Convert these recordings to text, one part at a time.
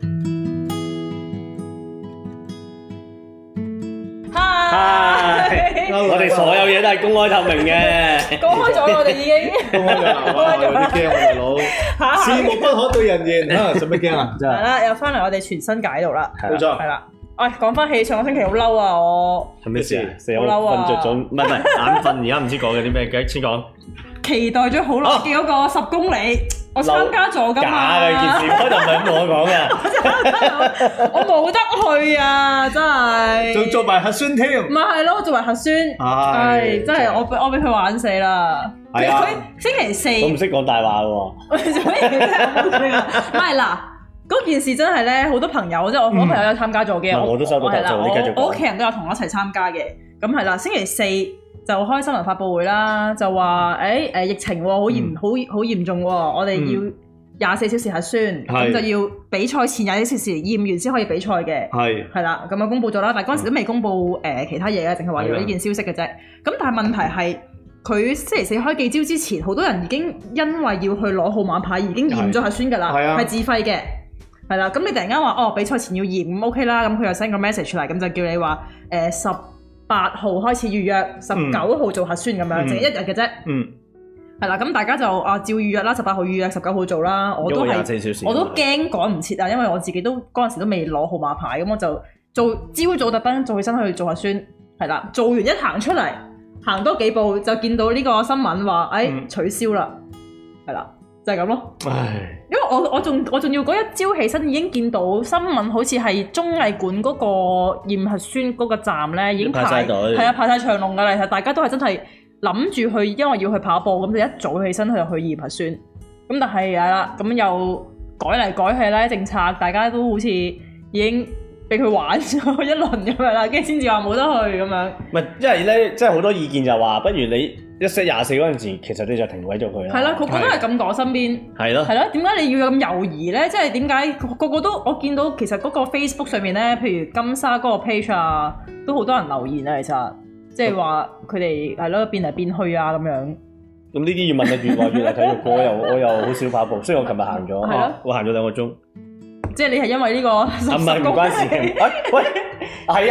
我哋所有嘢都係公開透明 嘅。講開咗啦我哋已經。 公開咗，哇有啲驚喎大佬，嚇事無不可對人言啊，使乜驚啊？真係係，啦，又翻嚟我哋全新解讀啦，冇係錯，啦。喂，講翻起上個星期好嬲啊，我係啊咩事？死好我嬲啊瞓着咗，唔係唔係眼瞓，而家唔知講緊啲咩，繼續先講。期待咗好耐啊嘅嗰個十公里，我參加咗㗎假嘅嘛件。事，開頭唔係咁同我講嘅。 我冇得去啊，真係。仲做埋核酸添，咪係咯，作為核酸，啊唉唉，真係我俾我俾佢玩死啦。係啊佢星期四，我唔識講大話嘅喎。所以真係冇佢啊唔係嗱。嗰件事真係咧，好多朋友即係我好多朋友有參加咗嘅，嗯嗯我都收到投訴係啦你繼續講我我屋企人都有同我一齊參加嘅，咁係啦。星期四就開新聞發佈會啦，就話誒誒疫情喎好嚴嗯好好嚴重喎，我哋嗯要廿四小時核酸，咁係就要比賽前廿四小時驗完先可以比賽嘅。係係啦，咁啊公佈咗啦，但係嗰陣時嗯都未公佈誒其他嘢啊嘅，淨係話啊有呢件消息嘅啫。咁但係問題係，佢星期四開記招之前，好多人已經因為要去攞號碼牌，已經驗咗核酸㗎啦，係啊係自費嘅。係啦，咁你突然間話哦，比賽前要驗，咁 OK 啦，咁佢又 send 個 message 嚟，咁就叫你話呃誒十八號開始預約，十九號做核酸咁樣，嗯淨係一日嘅啫。嗯係啦，咁大家就啊照預約啦，十八號預約，十九號做啦，我都因為啊係廿。四小時，我都驚趕唔切啊，因為我自己都嗰陣時都未攞號碼牌，咁我就做朝早特登做起身去做核酸，係啦，做完一行出嚟，行多幾步就見到呢個新聞話，誒、哎嗯取消啦，係啦，就係、咁咯。唉，因為我我仲我仲要嗰一朝起身已經見到新聞，好似係綜藝館嗰個驗核酸嗰個站咧已經排晒隊係啊排晒長龍㗎啦，其實大家都係真係諗住去，因為要去跑步，咁就一早起身去去驗核酸。咁但係係啦，咁又改嚟改去咧政策，大家都好似已經俾佢玩咗一輪咁樣啦，跟住先至話冇得去咁樣。唔係，因為咧，即係好多意見就話，不如你一 set 廿四嗰陣時，其實你就停位咗佢啦。係啦，個個都係咁講身邊。係 咯，係咯，點解你要咁猶豫咧？即係點解個個都我見到其實嗰個 Facebook 上面咧，譬如金沙嗰個 page 啊，都好多人留言啊，其實即係話佢哋係咯變嚟變去啊咁樣。咁呢啲要問你越話越嚟體育，我又我又好少跑步，雖然我琴日行係咯咗，我行咗兩個鐘，啊即係你係因為呢個十 唔係十唔公關事 里，嘅。啊喂，係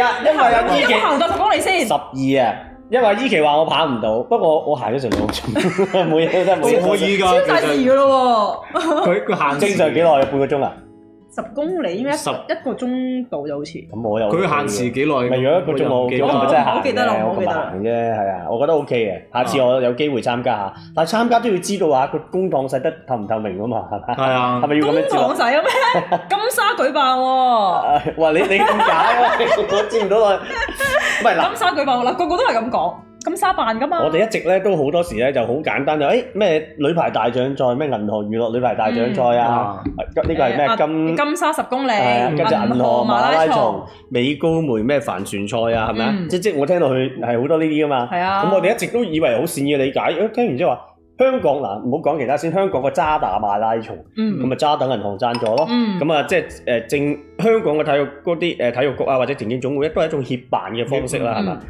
啊，因為阿依因為琪行到十公里先十。二啊，因為依琪話我跑唔到，不過我行咗成兩個鐘， 每嘢都係都每嘢可以超㗎，大其事實嘅咯佢佢行正常幾耐？耐啊？半個鐘啊？喎！十公里應該一十一個鐘度就好似。咁我又佢限時幾耐？咪如果一個鐘我我我唔係又唔記真得啊係行我記得啦嘅，我我記咁得啦行啫，係啊，我覺得 OK 嘅。下次我有機會參加下，但係參加都要知道下個公帑使得透唔透明噶嘛，係咪？係啊係，咪要東咁樣知港道？仔啊咩？金沙舉辦喎，啊 哇！你你點解啊？我接唔到落去。唔係嗱金，沙舉辦啦，個個都係咁講，金沙辦噶嘛。我哋一直咧都好多時咧就好簡單就誒咩女排大獎賽咩銀河娛樂女排大獎賽啊，啊呢個係咩金？金沙十公里，係啊，跟住銀河馬拉松松，、美高梅咩帆船賽啊，係咪啊嗯？即即我聽落去係好多呢啲噶嘛。係啊。咁我哋一直都以為好善意嘅理解，誒聽完之後話香港嗱，唔好講其他先，香港個渣打馬拉松，咁嗯咪渣打銀行贊助咯。嗯咁啊，即係誒政香港嘅體育嗰啲誒體育局啊，或者田徑總會，都係一種協辦嘅方式啦，嗯係嘛？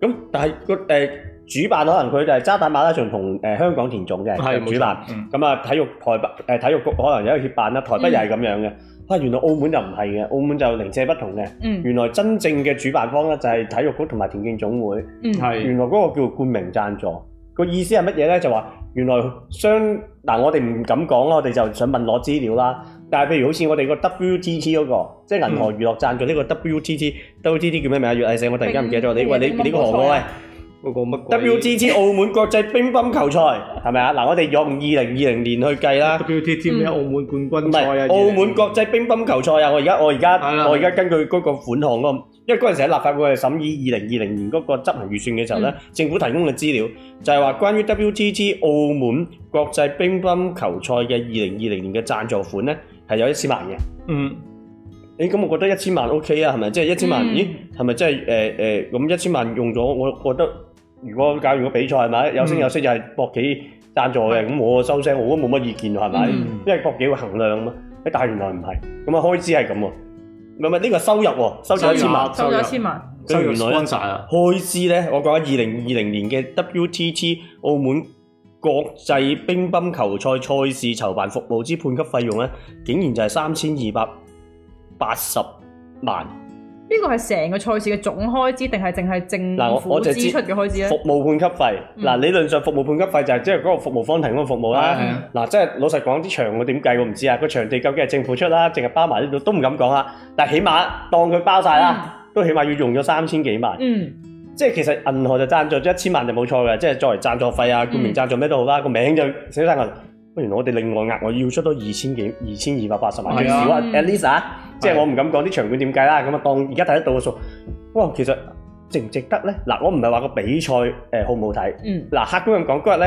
咁但係個誒主辦可能佢就係渣打馬拉松同誒香港田總嘅呃係冇主辦。錯嗯咁啊，體育台北誒體育局可能有一個協辦啦，台北又係咁樣嗯嘅。啊，原來澳門就唔係嘅，澳門就零舍不同嘅。嗯原來真正嘅主辦方咧啊就係體育局同埋田徑總會。嗯，係原來嗰個叫冠名贊助，個意思係乜嘢咧？就話原來相嗱，我哋唔敢講啦，我哋就想問攞資料啦。但係譬如好似我哋個 WTT 嗰、個，即係銀河娛樂贊助呢個 WTT，WTT 叫咩名啊？粵藝社我突然間唔記得咗，你喂你你個行我喂嗰個乜鬼 WTT 澳門國際乒乓球賽係咪啊？嗱，我哋用二零二零年去計啦。 WTT 咩？澳門冠唔軍係賽啊，澳門國際乒乓球賽啊！我而家我而家係啦我而家根據嗰個款項嗰個，因為嗰陣時喺立法會係審議二零二零年嗰個執行預算嘅時候咧，政府提供嘅資料就係話關於 WTT 澳門國際乒乓球賽嘅二零二零年嘅贊助款咧係有一千萬嘅。嗯。誒咁，我覺得一千萬 OK 啊，係咪？即係一千萬，嗯咦，係咪真係誒誒？咁一千萬用咗，我覺得如果搞完個比賽係咪有聲有色又係博企贊助嘅，咁我收聲我都冇乜意見喎，係咪？嗯因為博企會衡量嘛。誒，但係原來唔係，咁啊開支係咁喎，唔係唔係呢個收入喎，收咗一千萬，收咗一千萬，收入原來咧 sponsor à? 啊，開支咧，我講緊二零二零年嘅 WTT 澳門國際乒乓球賽賽事籌辦服務之判級費用咧，竟然就係三千二百八十萬呢個係成個賽事嘅總開支，定係淨係嗱政我府我就支出嘅開支咧啊服？務判級費嗱，理論上服務判級費就係即係嗰個服務方提供嘅服務啦係係啊。嗱，即係老實講，啲場我點計我唔知啊。個場地究竟係政府出啦，淨係包埋呢度都唔敢講啦。但係起碼當佢包晒啦，都起碼要用咗三千幾萬。嗯，即係其實銀行就贊助咗一千萬就冇錯嘅，即係作為贊助費啊、冠名贊助咩都好啦，個名就寫晒銀。不如我哋另外額外要出多二千幾、二千二百八十萬最係啊少啊嗯，at least 啊，即係係我唔敢講啲場館點計啦，咁啊當而家睇得到嘅數，哇，其實值唔值得咧？嗱，我唔係話個比賽誒、呃好唔好睇，嗯，嗱客觀咁講，嗰日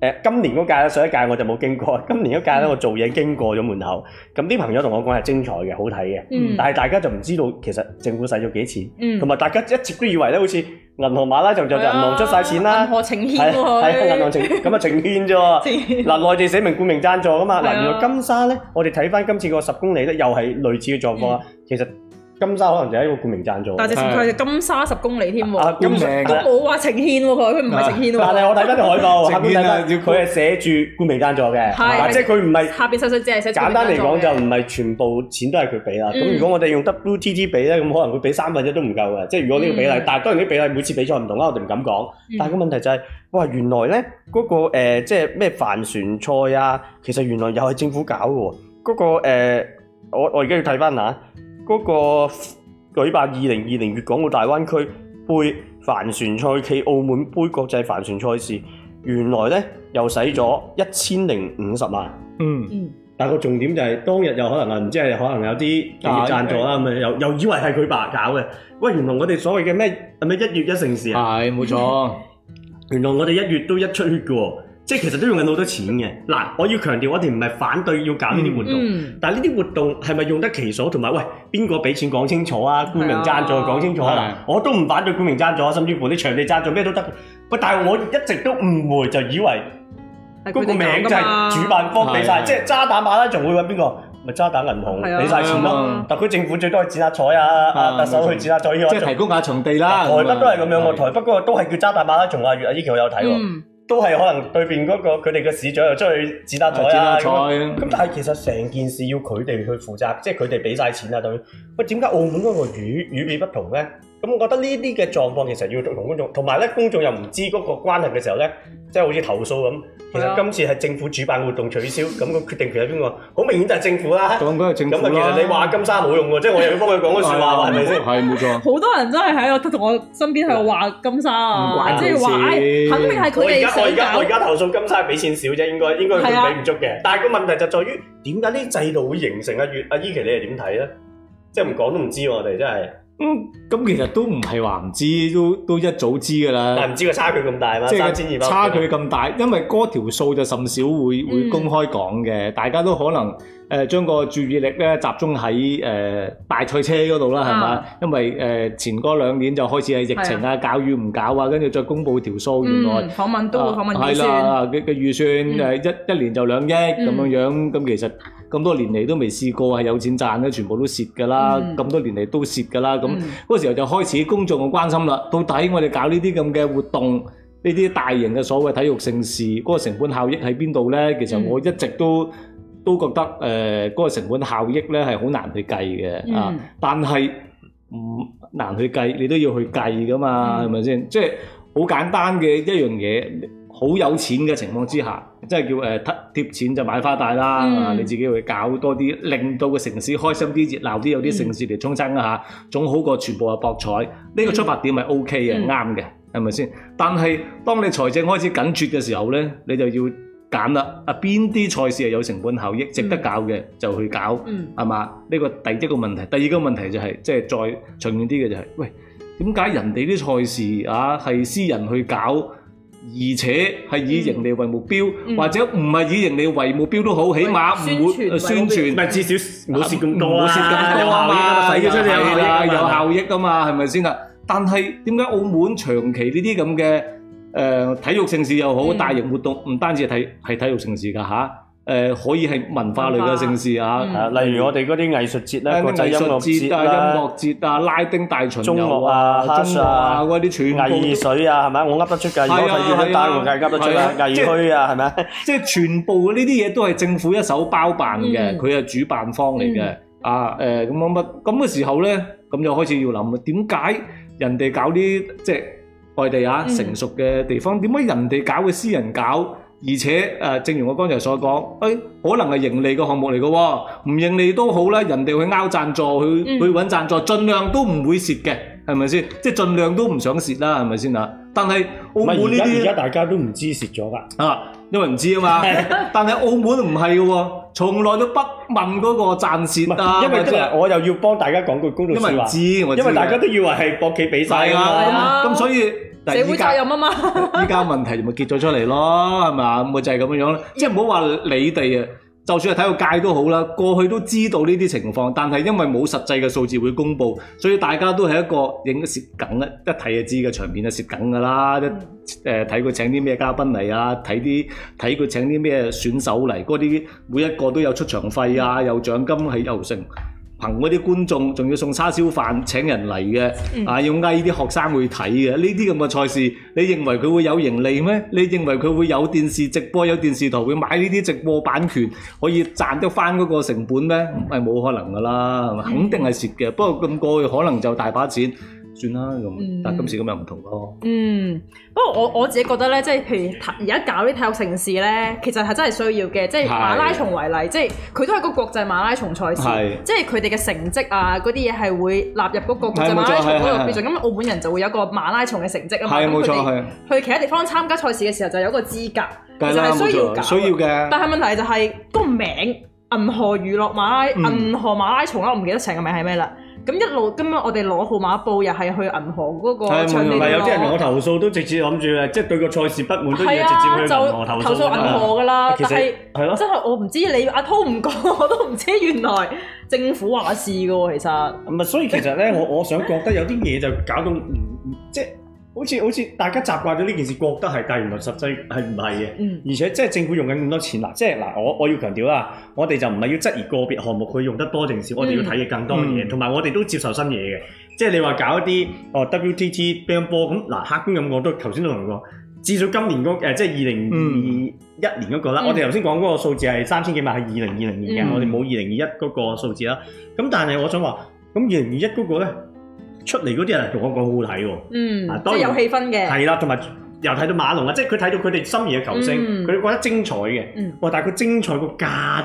咧誒今年嗰屆咧上一屆我就冇經過，今年嗰屆咧嗯我做嘢經過咗門口，咁啲朋友同我講係精彩嘅，好睇嘅，嗯，但係大家就唔知道其實政府使咗幾錢。嗯同埋大家一直都以為咧，好似銀行馬拉松就就銀行出晒錢係啊啦銀，河情係牽係啊銀行喎 情咁啊情牽啫喎。佢，嗱，內地寫明冠名贊助噶嘛，係啊嗱，原來金沙咧，我哋睇翻今次個十公里咧，又係類似嘅狀況啊。其實金沙可能就係一個冠名贊助。嗯但係直情佢係金沙十公里添啊喎，金冠名都冇話情牽喎佢，佢唔係情牽但係喎，我睇翻條 海報，下情邊牽睇啊翻要佢係寫住冠名贊助嘅，啊係嗱，即係佢唔係。下邊細細只係寫簡單嚟講就唔唔係全部錢都係佢俾啦。咁、嗯如果我哋用 WTT 比咧，咁可能佢俾三分一都唔夠嘅。即係如果呢個比例，嗯但係當然啲比例每次比賽唔同啦，我哋唔敢講。嗯但係個問題就係、哇，原來咧嗰、個、呃、即係咩帆船賽啊，其實原來又係政府搞嘅喎。嗰、個、呃、我我而家要睇翻下嗰、個舉辦二零二零粵港澳大灣區杯帆船賽暨澳門杯國際帆船賽事，原來咧又使咗一千零五十萬。嗯。嗯但個重點就係、當日有可能啊，唔知係可能有啲企業贊助啦，咁啊又又以為係佢爸搞嘅。喂，原來我哋所謂嘅咩係咪一月一城市啊？係冇錯，原來我哋一月都一出血嘅喎，即係其實都用緊好多錢嘅。嗱，我要強調，我哋唔係反對要搞呢啲活動。嗯，但係呢啲活動係咪用得其所？同埋喂，邊個俾錢講清楚啊？冠名贊助係啊講清楚啊！嗱，我都唔反對冠名贊助啊，甚至乎啲場地贊助咩都得。喂，但係我一直都誤會，就以為係佢嗰個哋名講就㗎嘛係主辦方俾晒，係啊即係渣打馬拉松會揾邊個？咪渣打銀行係啊俾晒錢係咯。啊特區政府最多去剪下彩啊，啊啊特首去冇錯剪下彩呢個即係提供下場地啦。台北都係咁樣喎，係台北嗰個都係叫渣打馬拉松啊，月啊依期我有睇喎，嗯都係可能對面嗰個佢哋嘅市長又出去剪下彩剪啊下咁樣。菜咁但係其實成件事要佢哋去負責，即係佢哋俾晒錢啊等於。喂，點解澳門嗰個與與別不同咧？咁我覺得呢啲嘅狀況其實要同公眾，同埋咧公眾又唔知嗰個關係嘅時候咧，即係好似投訴咁。其係實啊今次係政府主辦活動取消，咁個決定權係邊個？好明顯就係政府啦。咁啊，當嗰個政其府啦。實你話金沙冇用喎，即係我又要幫佢講嗰説話喎，係咪先？係啊冇錯。好多人真係喺度同我身邊喺度話金沙唔啊，關即係話佢唉事肯定係我佢而哋家我而家我而想搞。家投訴金沙係俾錢少啫，應該應該係啊佢俾唔足嘅。但係個問題就在於點解呢啲制度會形成啊？月阿依琪你係點睇咧？即係唔講都唔知喎，我哋真係，嗯，咁其實都唔係話唔知，都都一早知㗎但係啦。唔知個差距咁大嘛，即三千二係百差距咁大，因為嗰條數就甚少會嗯會公開講嘅，大家都可能誒將個注意力咧集中喺誒大賽車嗰度啦，係嘛啊？因為誒前嗰兩年就開始係疫情啊，搞與唔搞啊，跟住再公佈條數，原來嗯，。訪問都會訪問啊預係算，嗯啦，嘅嘅預算誒一一年就兩億咁樣樣，咁其實咁多年嚟都未試過係有錢賺咧，全部都蝕㗎啦，嗯咁多年嚟都蝕㗎啦，咁嗯嗰時候就開始公眾嘅關心啦。到底我哋搞呢啲咁嘅活動，呢啲大型嘅所謂體育盛事，嗰個成本效益喺邊度咧？其實嗯我一直都都覺得呃誒嗰個成本效益咧係好難去計嘅啊嗯。但係唔難去計，你都要去計噶嘛，嗯係咪先？即係好簡單嘅一樣嘢，好有錢嘅情況之下，即係叫誒貼貼錢就買花帶啦，嗯啊你自己去搞多啲，令到個城市開心啲、熱鬧啲，有嗯啲城市嚟衝爭一下，總好過全部係博彩。呢個出發點係 O K 嘅，嗯啱嘅，係咪先？但係當你財政開始緊絀嘅時候呢，你就要揀啦，啊邊啲賽事係有成本效益、值得搞嘅就去搞。嗯係嘛？呢個第一個問題，第二個問題就係、即係再長遠啲嘅就係、喂，點解人哋啲賽事啊係私人去搞，而且係以盈利為目標，嗯或者唔係以盈利為目標都好，起碼唔會宣傳為目標呃宣唔傳係至少冇蝕咁多唔啦，好蝕咁多啊有嘛，效益啊嘛，使咗出嚟係有效啦，益有啊嘛效益啊嘛，係咪先啊？但係點解澳門長期呢啲咁嘅誒體育盛事又好，嗯大型活動唔單止係體係體育盛事㗎嚇，誒、可以係文化類文化嘅盛事啊。嗯係啊例如我哋嗰啲藝術節啦，誒國際音樂節啊、音啦、樂節啊、拉丁大巡中遊樂啊哈中薩樂啊啊嗰啲全部藝都，水啊，係咪？我噏得出㗎，如果係啊睇住啲單，我梗係噏得出啦。係啊藝即係墟啊，係咪？即係全部呢啲嘢都係政府一手包辦嘅，嗯佢係主辦方嚟嘅。啊誒咁樣乜咁嘅時候咧，咁就開始要諗啦，點解人哋搞啲即係外地啊嗯成熟嘅地方，點解人哋搞嘅私人搞，而且誒、呃正如我剛才所講，誒、可能係盈利嘅項目嚟嘅喎，唔盈利都好啦，人哋去拗贊助，去、嗯去揾贊助，盡量都唔會蝕嘅，係咪先？即係盡量都唔想蝕啦，係咪先啊？但係澳唔係門而呢家而家啲大家都唔知蝕咗㗎。啊，因為唔知啊 嘛，但係澳門唔係嘅喎，從來都不問嗰個賺唔蝕啊，係，因為或者今日我又要幫大家講句公道因為説唔話，知，我知因為大嘅家都以為係博企俾晒係㗎係嘛。啊啊，咁所以但係社會依家責任啊嘛， 依家問題咪結咗出嚟咯，係嘛？咪就係咁樣樣啦。即係唔好話你哋啊，就算係體育界都好啦，過去都知道呢啲情況，但係因為冇實際嘅數字會公布，所以大家都係一個影蝕緊啦，一睇就知嘅場面就蝕緊㗎啦。一誒呃睇佢請啲咩嘉賓嚟啊，睇啲睇佢請啲咩選手嚟，嗰啲每一個都有出場費啊，嗯有獎金係有成。憑嗰啲觀眾，仲要送叉燒飯請人嚟嘅，嗯啊要嗌啲學生去睇嘅，呢啲咁嘅賽事，你認為佢會有盈利咩？你認為佢會有電視直播、有電視台會買呢啲直播版權，可以賺得翻嗰個成本咩？係冇可能噶啦，係咪嗯肯定係蝕嘅。不過咁過去可能就大把錢，算啦嗯咁。但今時咁又唔同咯。嗯，不過我我自己覺得咧，即係譬如而家搞啲體育城市咧，其實係真係需要嘅。即係係馬拉松為例，即係佢都係個國際馬拉松賽事係，即係佢哋嘅成績啊嗰啲嘢係會納入嗰個國際馬係冇錯拉松嗰係係個係標準。咁澳門人就會有一個馬拉松嘅成績啊嘛。係冇咁佢錯，哋係去其他地方參加賽事嘅時候就有一個資格，其梗係實啦，冇係需要搞錯，嘅。需要嘅。但係問題就係、個名銀河娛樂馬拉、嗯銀河馬拉松啦，我唔記得成個名係咩啦。咁一路今日我哋攞號碼布又係去銀河嗰個係場地啊冇唔錯係有啲人攞我投訴都直接諗住啊，即係對個賽事不滿都要直係啊，接去就銀行投投訴訴銀啊。河噶啦。其但係實係咯，真係我唔知你阿滔唔講， 我都唔知原來政府話事嘅喎。其實唔係所以其實咧，我我想覺得有啲嘢就搞到唔唔即係好似好似大家習慣咗呢件事，覺得係，但係原來實際係唔係嘅。嗯而且即係政府用緊咁多錢嗱，即係嗱，我我要強調啦，我哋就唔係要質疑個別項目佢用得多定少，我哋要睇嘅更多嘅嘢，嗯同埋、我哋都接受新嘢嘅。即係你話搞一啲哦 WTT 乒乓波咁嗱，客觀咁講都頭先都同你講，至少今年嗰、誒即係二零二一年嗰、個啦，嗯我哋頭先講嗰個數字係三千幾萬，係二零二零年嘅，嗯我哋冇二零二一嗰個數字啦。咁但係我想話，咁二零二一嗰個咧出嚟嗰啲人同我講好好睇喎。嗯啊，即當係然有氣氛嘅。係啦，同埋又睇到馬龍啊，即係佢睇到佢哋心儀嘅球星，嗯佢、覺得精彩嘅。嗯哇！但係佢精彩個價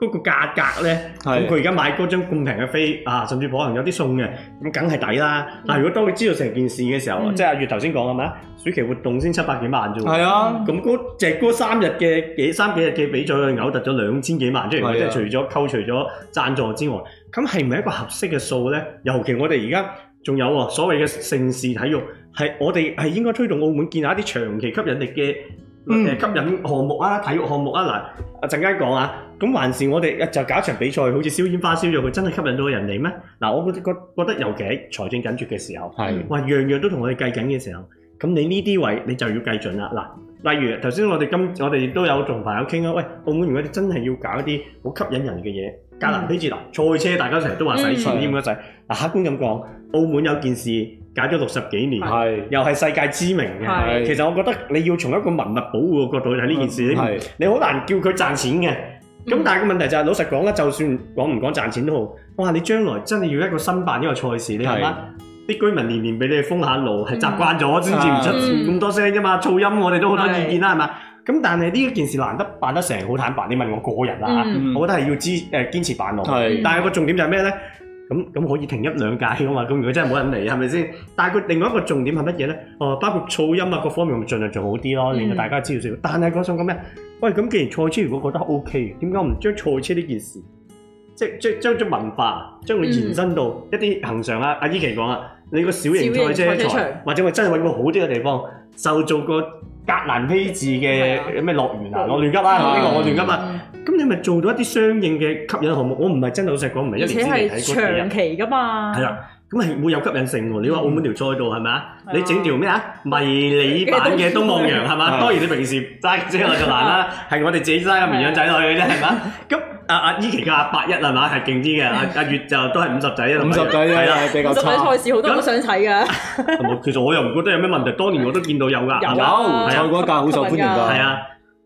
嗰、個價格咧，咁係佢而家買嗰張咁平嘅飛啊，甚至可能有啲送嘅，咁梗係抵啦。但係如果當佢知道成件事嘅時候，嗯即係阿月頭先講係咪啊？暑期活動先七百幾萬啫喎。係啊，咁嗰隻嗰三日嘅幾三幾日嘅比賽，嘔突咗兩千幾萬出嚟，係啊即係除咗扣除咗贊助之外，咁係咪一個合適嘅數咧？尤其我哋而家仲有喎，所謂嘅盛事體育，係我哋係應該推動澳門建立一啲長期吸引力嘅。嗯誒吸引項目啊，體育項目啊，嗱，啊陣間講啊，咁還是我哋就搞一場比賽，好似燒煙花燒咗佢，真係吸引到人哋咩？嗱，我覺得覺得尤其喺財政緊缺嘅時候，係哇，樣樣都同我哋計緊嘅時候，咁你呢啲位你就要計準啦。嗱，例如頭先我哋今我哋都有同朋友傾啊，喂，澳門如果真係要搞一啲好吸引人嘅嘢，格蘭披治嗱，賽車大家成日都話使錢添嗰陣，嗱客觀咁講，澳門有件事搞咗六十幾年，係又係世界知名嘅。嗯係其實我覺得你要從一個文物保護嘅角度去睇呢件事，你係你好難叫佢賺錢嘅。咁嗯但係個問題就係、老實講啦，就算講唔講賺錢都好，哇！你將來真係要一個申辦一個賽事，你係咪係？啲居民年年俾你封下路，係習慣咗先至唔出嗯咁多聲啫嘛，噪音我哋都好多意見啦，係嘛？咁但係呢一件事難得辦得成，好坦白，你問我個人啦、嗯我覺得係要支誒、呃、堅持辦落去。係但係個重點就係咩咧？咁咁可以停一兩屆噶嘛？咁如果真係冇人嚟，係咪先？但係佢另外一個重點係乜嘢咧？哦，包括噪音啊各方面，我盡量做好啲咯，嗯令到大家知道少少。但係我想講咩？喂，咁既然賽車如果覺得 O K 嘅，點解唔將賽車呢件事，即係即係將將文化，將佢延伸到一啲恒常啊？阿依琪講啊，你個嗯小型賽小型車賽車場場，或者我真係揾個好啲嘅地方，就做個格蘭披治嘅咩樂園啊？我亂噏啦，呢個我亂噏啦。嗯咁你咪做到一啲相應嘅吸引項目？我唔係真係老實講，唔係一而年且先嚟係睇嗰幾日長，期噶嘛。係啦，咁係會有吸引性喎。你話澳門條賽道係咪啊？係啊你整條咩啊迷你版嘅東望洋係嘛？係當然你平時揸嘅車我就 難啦，係我哋自己揸嘅綿羊仔落去嘅啫係嘛？咁阿阿依琪嘅阿八一係嘛係勁啲嘅，阿阿月就都係五十仔啊，五十仔係啦。啊，比較五十米差。賽事好多人都想睇㗎。其實我又唔覺得有咩問題，當年我都見到有㗎，係有嘛啊有賽過一屆好受歡迎㗎。係啊，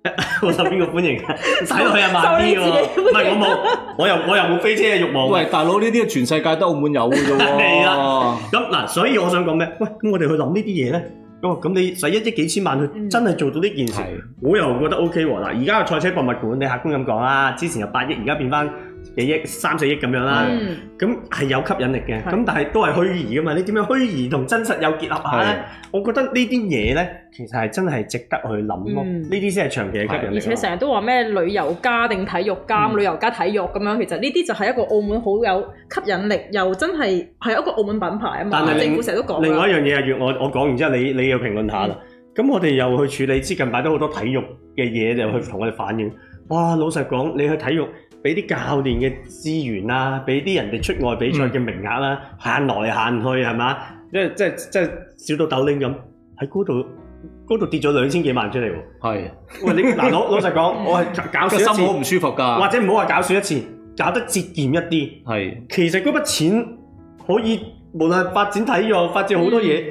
我受邊個 歡迎啊？使落去一萬啲受你喎，自己唔歡係迎我冇，我又我又冇飛車嘅慾望。喂，大佬呢啲全世界都澳門有嘅啫喎。係啦咁嗱，所以我想講咩？喂，咁我哋去諗呢啲嘢咧，咁啊咁你使一億幾千萬去嗯真係做到呢件事，係我又覺得 O K 喎。嗱，而家嘅賽車博物館，你客觀咁講啦，之前有八億，而家變翻幾億、三四億咁樣啦，嗯，咁係有吸引力嘅。係咁但係都係虛擬噶嘛，你點樣虛擬同真實有結合下係咧？我覺得呢啲嘢咧，其實係真係值得去諗咯。嗯呢啲先係長期嘅吸引力而咯。且成日都話咩旅遊家定體育家，嗯旅遊家體育咁樣，其實呢啲就係一個澳門好有吸引力，又真係係一個澳門品牌啊但係嘛。另政府成日都講另啦，外嗯一樣嘢係，我我講完之後，你你要評論下啦。咁我哋又去處理，之近擺咗好多體育嘅嘢，就去同我哋反映。哇，老實講，你去體育，俾啲教練嘅資源啦，俾啲人哋出外比賽嘅名額啦，限來限去係嘛？即係即係即係少到豆鈴咁，喺嗰度嗰度跌咗兩千幾萬出嚟喎。係喂，你嗱老老實講，我係搞個少一心好啊次，唔舒服或㗎。者唔好話搞少一次，搞得節儉一啲。係其實嗰筆錢可以無論係發展體育、發展好多嘢，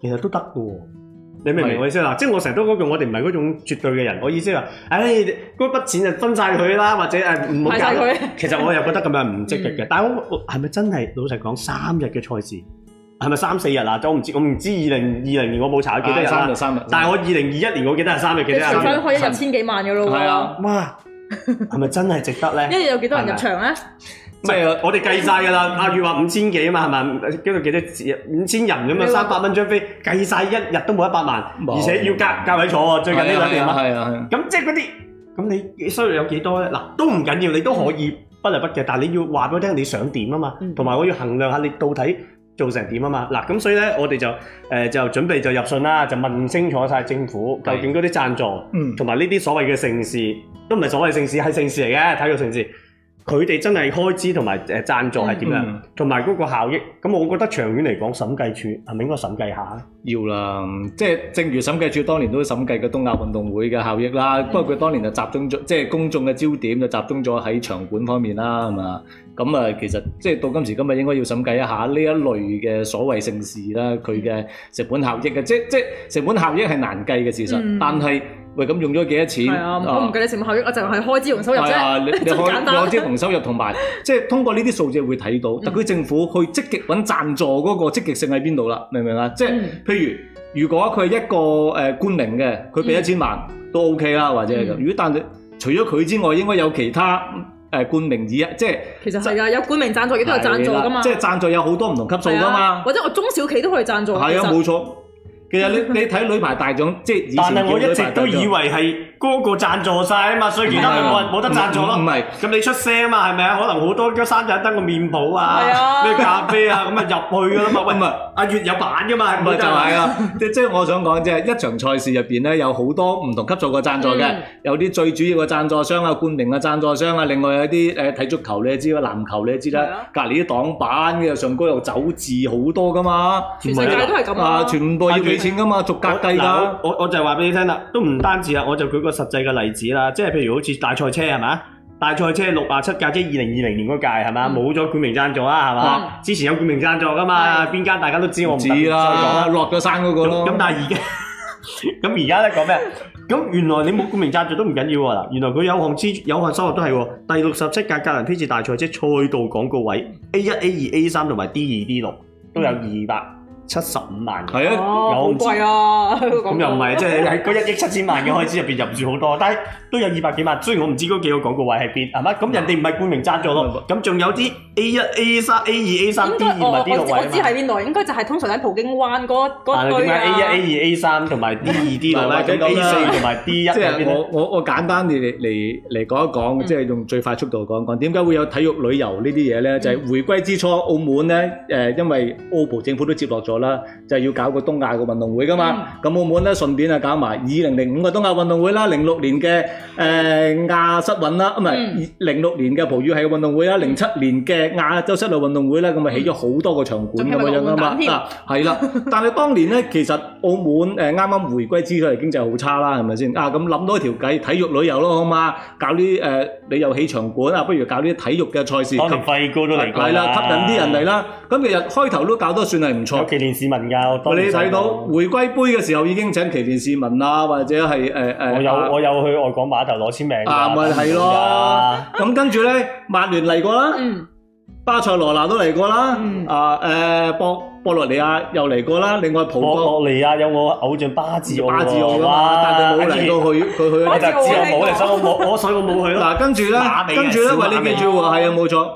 其實都得嘅喎。你明唔明係我意思啊嗱？即係我成日都嗰句，我哋唔係嗰種絕對嘅人。我意思係話，唉、嗰筆錢就分晒佢啦，或者誒唔好派晒搞。佢。其實我又覺得咁樣唔積極嘅。但係我我係咪真係老實講三日嘅賽事係咪三四日啊？我唔知，我唔知二零二零年我冇查咗幾多日啊三啦日。三日，但係我二零二一年我記得啊係三日幾你多除日翻啦。開一日千幾萬嘅咯係喎，啊哇，係咪真係值得咧？一日有幾多人入場啊咧？唔係啊我哋計晒㗎啦，阿月話五千幾啊嘛，係咪？跟住幾多字？五千人咁啊，你話三百蚊張飛，計晒一日都冇一百萬，冇而且要隔隔位坐喎。最近呢兩年係啊啊，係啊係啊，咁即係嗰啲，咁你收入有幾多咧？嗱，都唔緊要，你都可嗯以不離不棄，但係你要話俾我聽你想點啊嘛，嗯同埋我要衡量下你到底做成點啊嘛。嗱，咁所以咧，我哋就誒就準備就入信啦，就問清楚晒政府究竟嗰啲贊助。嗯同埋呢啲所謂嘅盛事，都唔係所謂盛事，係盛事嚟嘅體育盛事。佢哋真係開支同埋誒贊助係點樣嗯，同埋嗰個效益。咁我覺得長遠嚟講，審計處係咪應該審計下咧？要啦，即係正如審計署當年都審計嘅東亞運動會嘅效益啦，不過佢當年就集中咗，即係公眾嘅焦點就集中咗喺場館方面啦，係嘛？咁啊，其實即係到今時今日應該要審計一下呢一類嘅所謂盛事啦，佢嘅嗯成本效益嘅，即即成本效益係難計嘅事實，嗯但係喂咁用咗幾多錢？係啊，我唔計你成本效益，我就係開支同收入係啊，啫。你你真 簡單嗯可有啲同收入同埋，即係通過呢啲數字會睇到特區政府去積極揾贊助嗰個積極性喺邊度啦，明唔明啊？即係嗯譬如，如果佢係一個誒、呃官齡嘅，佢俾一嗯千萬都 OK 啦，或者係咁。嗯如果但係除咗佢之外，應該有其他誒官名以一，即係其實係啊，有冠名贊助，亦都有贊助噶嘛。即係贊助有好多唔同級數係噶啊嘛。或者我中小企都可以贊助。係啊，其實冇錯。其實你你睇女排大獎，即係以但前係我叫一女直排大都獎啊以為係嗰個贊助晒啊嘛，所以其他咪冇人冇得贊助唔唔唔咯。係。咁你出聲啊嘛，係咪啊？可能好多山仔得個面譜係啊，啊咩咖啡啊，咁啊入去噶啦嘛。唔係喂，阿月有版噶嘛，咪冇就得係啊！即即係我想講，即係一場賽事入邊咧，有好多唔同級數嘅贊助嘅嗯，有啲最主要嘅贊助商啊、冠名嘅贊助商啊，另外有啲誒睇足球你都知啦，籃球你都知係啦啊，隔離啲擋板嘅上高又走字好多噶嘛，全世界都係咁啊，啊。全部要俾錢噶嘛，逐格計嗱㗎，我我我就話俾你聽啦，都唔單止啊，我就舉個實際嘅例子啦，即係譬如好似大賽車係嘛，大賽車六啊七架，即係二零二零年嗰屆係嘛，嗯冇咗冠名贊助啊啦係嘛，之前有冠名贊助噶嘛，係邊間大家都知，我唔嗯知特別再講啦，啦。落咗山嗰個咁咯。咁但係而家 咁而家咧講咩？咁原來你冇冠名贊助都唔緊要喎嗱，原來佢有項支有項收入都係喎，第六十七屆格蘭披治大賽車賽道廣告位 A 一 A 二 A 三同埋 D 二 D 六都有嗯二百七十五萬嘅。係啊，哦，好貴啊！咁咁又唔係，即係喺嗰一億七 千萬嘅開支入邊入唔住好多，但係都有二百幾萬。雖然我唔知嗰幾個廣告位喺邊，係咪？嗯咁人哋唔係冠名贊助咯。咁仲有啲 A 一、A 三、A 二、A 三、應 D 該二哦我同我埋 D 六知我位啊知嘛。喺邊度，應該就係通常喺葡京灣嗰但嗰係堆點解 A 啊。一、A 二、A 三同埋 D 二、D 六咧？啊或者咁咁 A 啦四同埋 D 一即喺邊係咧？我我我簡單地嚟嚟嚟講一講，嗯即係用最快速度講一講點解會有體育旅遊呢啲嘢嗯咧？就係回歸之初，澳門咧誒，因為澳葡政府都接落咗啦，就係要搞個東亞嘅運動啊會噶嘛。咁澳門咧順便啊搞埋二零零五嘅東亞運動會啦，零六年 ờ, 嘅誒亞室運啦，唔係嗯零六年嘅葡語系嘅運動會啦，零七年嘅誒亞洲室內運動會咧，咁啊起咗好多個場館咁樣啊嘛仲起埋個啊，係啦。但係當年咧，其實澳門誒啱啱回歸之後，經濟好差啦，係咪先啊？咁諗到一條計，體育旅遊咯，好嘛？搞啲誒、你又起場館啊，不如搞啲體育嘅賽事，當年費哥都嚟過係啦，吸引啲人嚟啦。咁其實開頭都搞得算係唔錯有。紀念市民㗎，我當你年睇到細個回歸杯嘅時候已經請旗艦市民啦，或者係誒誒，呃我有啊我有去外港碼頭攞簽名㗎啊咪係咯，咁跟住咧，曼聯嚟過啦，嗯，巴塞羅那都嚟過啦嗯，啊誒博博洛尼亞又嚟過啦，另外葡博國洛尼亞有我偶像巴治奧喎，巴治奧啦哇嘛，但係佢冇嚟到去佢去我咗就知我冇嚟，所以我冇，我所以我冇去咯。嗱，跟住咧馬尾，啊跟住咧，小馬喂，你記住喎，係啊，冇錯。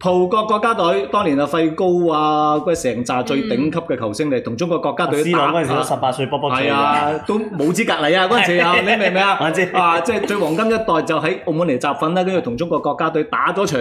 葡國國家隊當年啊，費高啊，嗰成扎最頂級嘅球星嚟，同中國國家隊 C 朗嗰陣時都打十八歲，卜卜脆係啊，都冇資格嚟啊！嗰陣時 啊，你明唔明啊？我知啊，即係最黃金一代就喺澳門嚟集訓啦，跟住同中國國家隊打咗場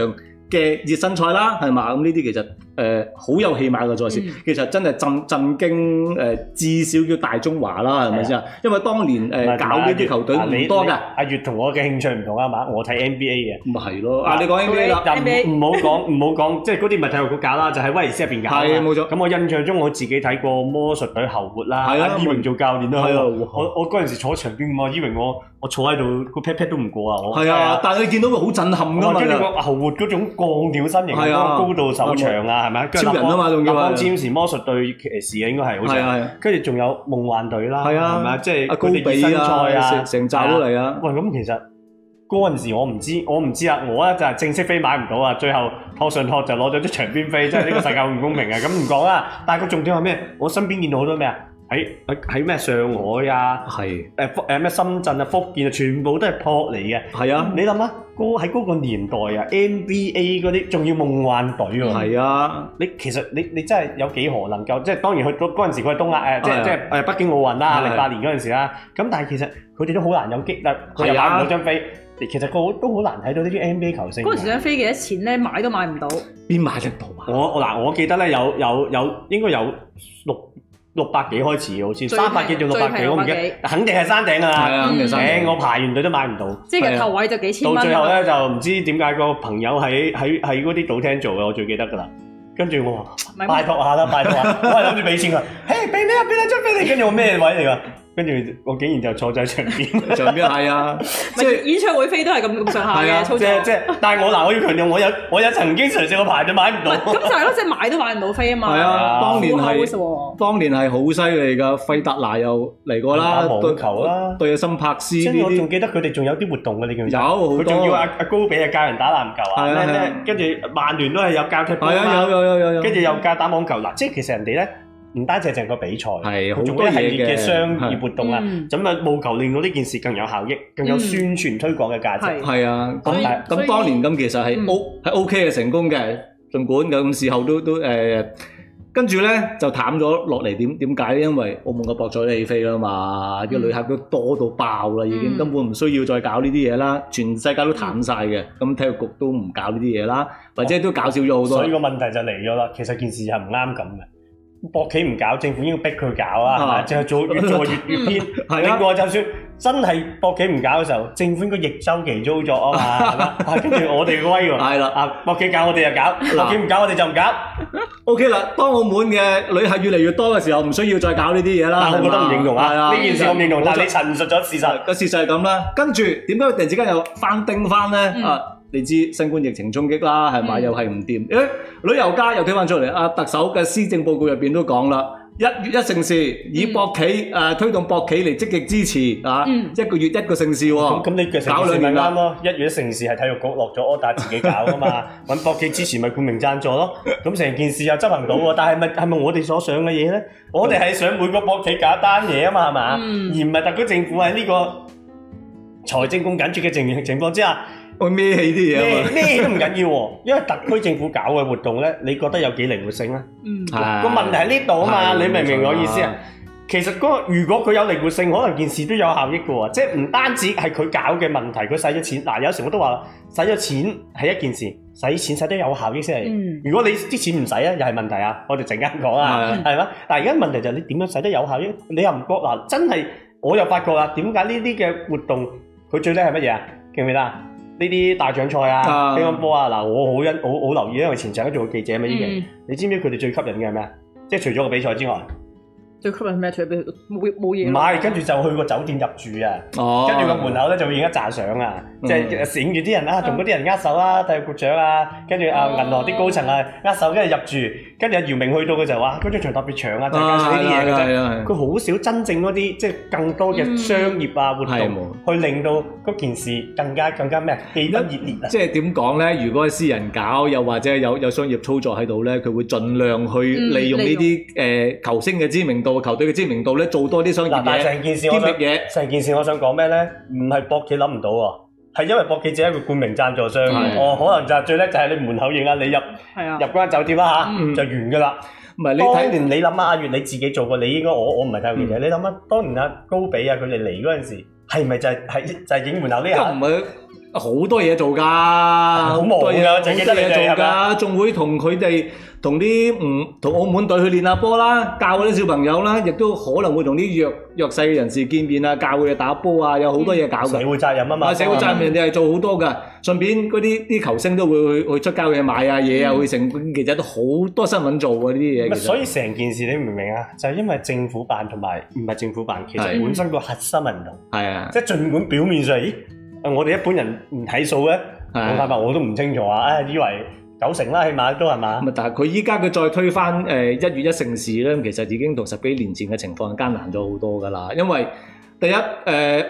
嘅熱身賽啦，係嘛？咁呢啲其實誒好、有戲碼嘅賽事，嗯其實真係震震驚誒、至少叫大中華啦，係咪先啊？因為當年誒、唔係搞呢啲球隊嗱你唔多你㗎，阿月同我嘅興趣唔同啊嘛，我睇 NBA 嘅。咁咪係咯。啊，你講 NBA 啦，又唔 NBA 唔好講，唔好講，即係嗰啲唔係體育局搞啦，就喺威尼斯入邊搞啊嘛。係冇錯咁我印象中我自己睇過魔術隊侯活啦，阿係啊伊榮做教練啦。係啊我我我嗰陣時坐場邊喎，伊榮我我坐喺度個 pat pat 都唔過啊，我係啊，。但係你見到佢好震撼㗎我跟住嘛。個侯活嗰種鋼條身形，係啊高度手長啊，係咪？跟住超人啊嘛仲要係立邦詹士魔術隊騎士啊，應該係好似係啊係啊跟住仲有夢幻隊啦，係啊係咪啊？即係阿高佢哋熱比身賽啊，啊，成成扎都嚟啊！喂，咁其實嗰陣時我唔知，我唔知啊，我咧就係正式飛買唔到啊，最後托上托就攞咗啲場邊飛，真係呢個世界好唔公平 啊！咁唔講啦，但係個重點係咩？我身邊見到好多咩啊？喺喺喺咩上海啊，係誒福誒咩深圳啊、福建啊，全部都係撲嚟嘅。係啊，你諗下，嗰喺嗰個年代啊，NBA 嗰啲仲要夢幻隊喎、係啊。你其實你你真係有幾何能夠即係當然佢嗰嗰陣時佢係東亞誒即係係啊即係誒北京奧運啦，係零八年嗰陣時啦。咁但係其實佢哋都好難有激啦，佢又係啊買唔到張飛。其實個都好難睇到呢啲 NBA 球星嗰陣時嘅。張飛幾多錢咧？買都買唔到，邊買得到啊？我我嗱，我記得咧有有有應該有六六百幾開始嘅好似最三百幾到六百幾，最平我唔記六百幾得，肯定係山頂係啊啊！肯定係山頂頂我排完隊都買唔到。即係係啊個頭位就幾千到蚊。最後咧就唔知點解個朋友喺喺喺嗰啲賭廳做嘅，我最記得㗎啦。跟住我話。唔係拜託下啦，拜託 下，我係諗住俾錢佢，嘿，俾你啊，俾兩張俾你，跟住我咩位嚟㗎？跟住我竟然就坐咗喺場邊，上邊係啊，即係演唱會飛都係咁咁上下係啊嘅操即作。係即唔係，但係我嗱，我要強調，我有我有曾經嘗試過排隊買唔係到咁，就係咯，即係買都買唔到飛啊嘛。係啊，當年好 house 係喎當年係好犀利噶，費達拿又嚟過啦打，網對球啦對阿森柏斯呢 即係我仲啲記得佢哋仲有啲活動嘅，你記唔記有得？好佢仲要阿多，阿高比啊教人打籃球係啊，啊係咩啊咩，跟住曼聯都係有教踢波係啊，有啊，有有有有，跟住又教打網球嗱，即係其實人哋咧唔單止係淨係個比賽，係好佢仲多有一系嘢列嘅商業係活動啊，嗯咁啊務求令到呢件事更有效益，更有嗯宣傳推廣嘅價值。係係啊，所以咁所咁以當年咁其實係嗯 O 係 OK 嘅成功嘅，儘管咁事後都都誒。跟住咧就淡咗落嚟，點點解咧？因為澳門嘅博彩都起飛啦嘛，啲嗯旅客都多到爆啦，已經嗯根本唔需要再搞呢啲嘢啦，全世界都淡晒嘅，咁體育局都唔搞呢啲嘢啦，或者都搞少咗好多所啦以。個問題就嚟咗啦。其實件事係唔啱咁嘅，博企唔搞，政府應該逼佢搞啊，係啊咪？就係 做越做越越偏。係另啊，外，就算真係博企唔搞嘅時候，政府應該逆周期操作 啊嘛係嘛，啊跟住我哋威喎。係啦。啊！博企搞我哋就搞，博企唔搞我哋就唔搞。 OK 啦，當澳門嘅旅客越嚟越多嘅時候，唔需要再搞呢啲嘢啦。但我覺得唔認同係啊啊，呢件事我唔認同，冇但錯係你陳述咗事實。個事實係咁啦。跟住點解佢突然之間又翻叮翻咧？嗯啊，你知新冠疫情衝擊啦，係咪？嗯又係唔掂？誒，旅遊家又推翻出嚟。啊，特首嘅施政報告入邊都講啦。一月一城市，以嗯博企誒、啊推動博企嚟積極支持啊！嗯一個月一個城市喎、咁咁你嘅哦搞城市咪兩年啦啱咯？一月城市係體育局落咗 order 自己搞噶 嘛，揾博企支持咪冠名贊助咯。咁成件事又執行到喎，但係咪係咪我哋所想嘅嘢咧？我哋係想每個博企搞一單嘢啊嘛，係嘛？嗯而唔係特區政府喺呢個財政咁緊絀嘅情情況之下，我孭起啲嘢啊咩嘛咩都唔緊要喎，因為特區政府搞嘅活動咧，你覺得有幾靈活性咧？嗯，個問題喺呢度啊嘛，係你明唔明我意思冇錯啊啊？其實嗰個如果佢有靈活性，可能件事都有效益嘅喎，即係唔單止係佢搞嘅問題，佢使咗錢。嗱，有時我都話使咗錢係一件事，使錢使得有效益先係。嗯如果你啲錢唔使咧，又係問題啊！我哋陣間講啊，係係嘛？但係而家問題就係你點樣使得有效益？你又唔覺嗱，真係我又發覺啦，點解呢啲嘅活動佢最叻係乜嘢啊？記唔記得啊？啲大獎賽啊、啊乒乓波啊，嗱，我好欣好好留意，因為前陣都做過記者嘛，呢期嗯，你知唔知佢哋最吸引嘅係咩？即係除咗個比賽之外，最吸引咩？除咗冇冇唔嘢咯，係，跟住就去個酒店入住啊，哦，跟住個門口咧就會影一紮相啊，嗯即係閃住啲人啊，同嗰啲人握手啊，體育局長啊，跟住啊哦銀行啲高層啊握手，跟住入住，跟住阿姚明去到嘅就話嗰張場特別長啊，就係介紹呢啲嘢嘅啫。啊，佢好少真正嗰啲即係更多嘅商業啊活係動，冇去令到嗰件事更加更加咩氣氛熱烈啊！即係點講咧？如果係私人搞，又或者有有商業操作喺度咧，佢會盡量去嗯利用呢啲誒球星嘅知名度、球隊嘅知名度咧，做多啲商業嗱，但係嘢、成件事兼我職想嘢。成件事我想講咩咧？唔係博企諗唔到喎，係因為博企只係一個冠名贊助商，係哦，可能就係最叻就係你門口影啊，你入係啊入，嗰間酒店啦嚇，嗯就完㗎啦。唔係你當睇年你諗下阿月你自己做過，你應該我我唔係睇記者，嗯你諗下當年阿高比啊佢哋嚟嗰陣時，係咪就係係就係影門口呢都下唔？係好多嘢做㗎，好忙㗎多嘢我淨係記得好多嘢你哋係咪做㗎，仲會同佢哋同啲唔同澳門隊去練下波啦，教嗰啲小朋友啦，亦都可能會同啲弱弱勢嘅人士見面啊，教佢哋打波啊，有好多嘢搞社㗎。會責任啊嘛，啊！社會責任你係做好多㗎，順便嗰啲啲球星都會去去出街去買下嘢啊，嗯會成其實都好多新聞做㗎呢啲嘢。咪啊其實所以成件事你明唔明啊？就係、因為政府辦同埋唔係政府辦，其實係本身個核心係唔同。係啊，即係儘管表面上，咦，我哋一般人唔睇數咧，係啊我坦白我都唔清楚啊，唉，以為九成啦，起碼都係嘛咁。啊，但係佢依家佢再推翻誒一月一城市咧，其實已經同十幾年前嘅情況艱難咗好多㗎啦。因為第一誒、呃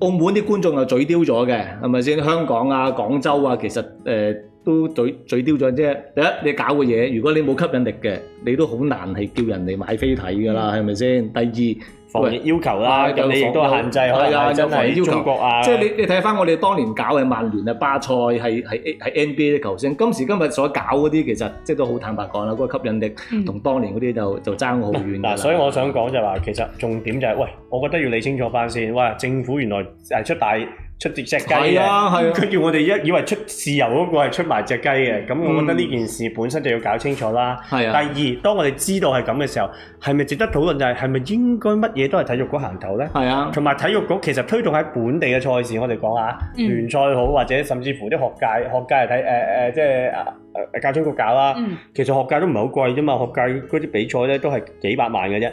澳門啲觀眾又嘴刁咗嘅，係咪先？香港啊、廣州啊，其實誒、呃都嘴嘴刁咗啫。第一，你搞嘅嘢，如果你冇吸引力嘅，你都好難係叫人哋買飛睇㗎啦，嗯係咪先？第二。防疫要求啦，喂咁你亦都限制，可係能啊係真有防疫要係求中國啊，即係你你睇翻我哋當年搞嘅曼聯啊、巴塞係係係 NBA 嘅球星，今時今日所搞嗰啲其實即係都好坦白講啦，嗰、個吸引力嗯同當年嗰啲就就爭好遠㗎啦嗱，所以我想講就係話，其實重點就係、喂，我覺得要理清楚翻先。哇，政府原來係出大出隻隻雞嘅係，啊係啊佢叫我哋一以為出豉油嗰個係出埋隻雞嘅。咁我覺得嗯呢件事本身就要搞清楚啦。係啊，第二，當我哋知道係咁嘅時候，係咪值得討論就係係咪應該乜嘢都係體育局行頭呢？係啊，同埋體育局其實推動喺本地嘅賽事，我哋講下嗯聯賽好，或者甚至乎啲學界學界係睇誒誒，即係啊誒教青局搞啦。嗯，其實學界都唔係好貴啫嘛，學界嗰啲比賽咧都係幾百萬嘅啫。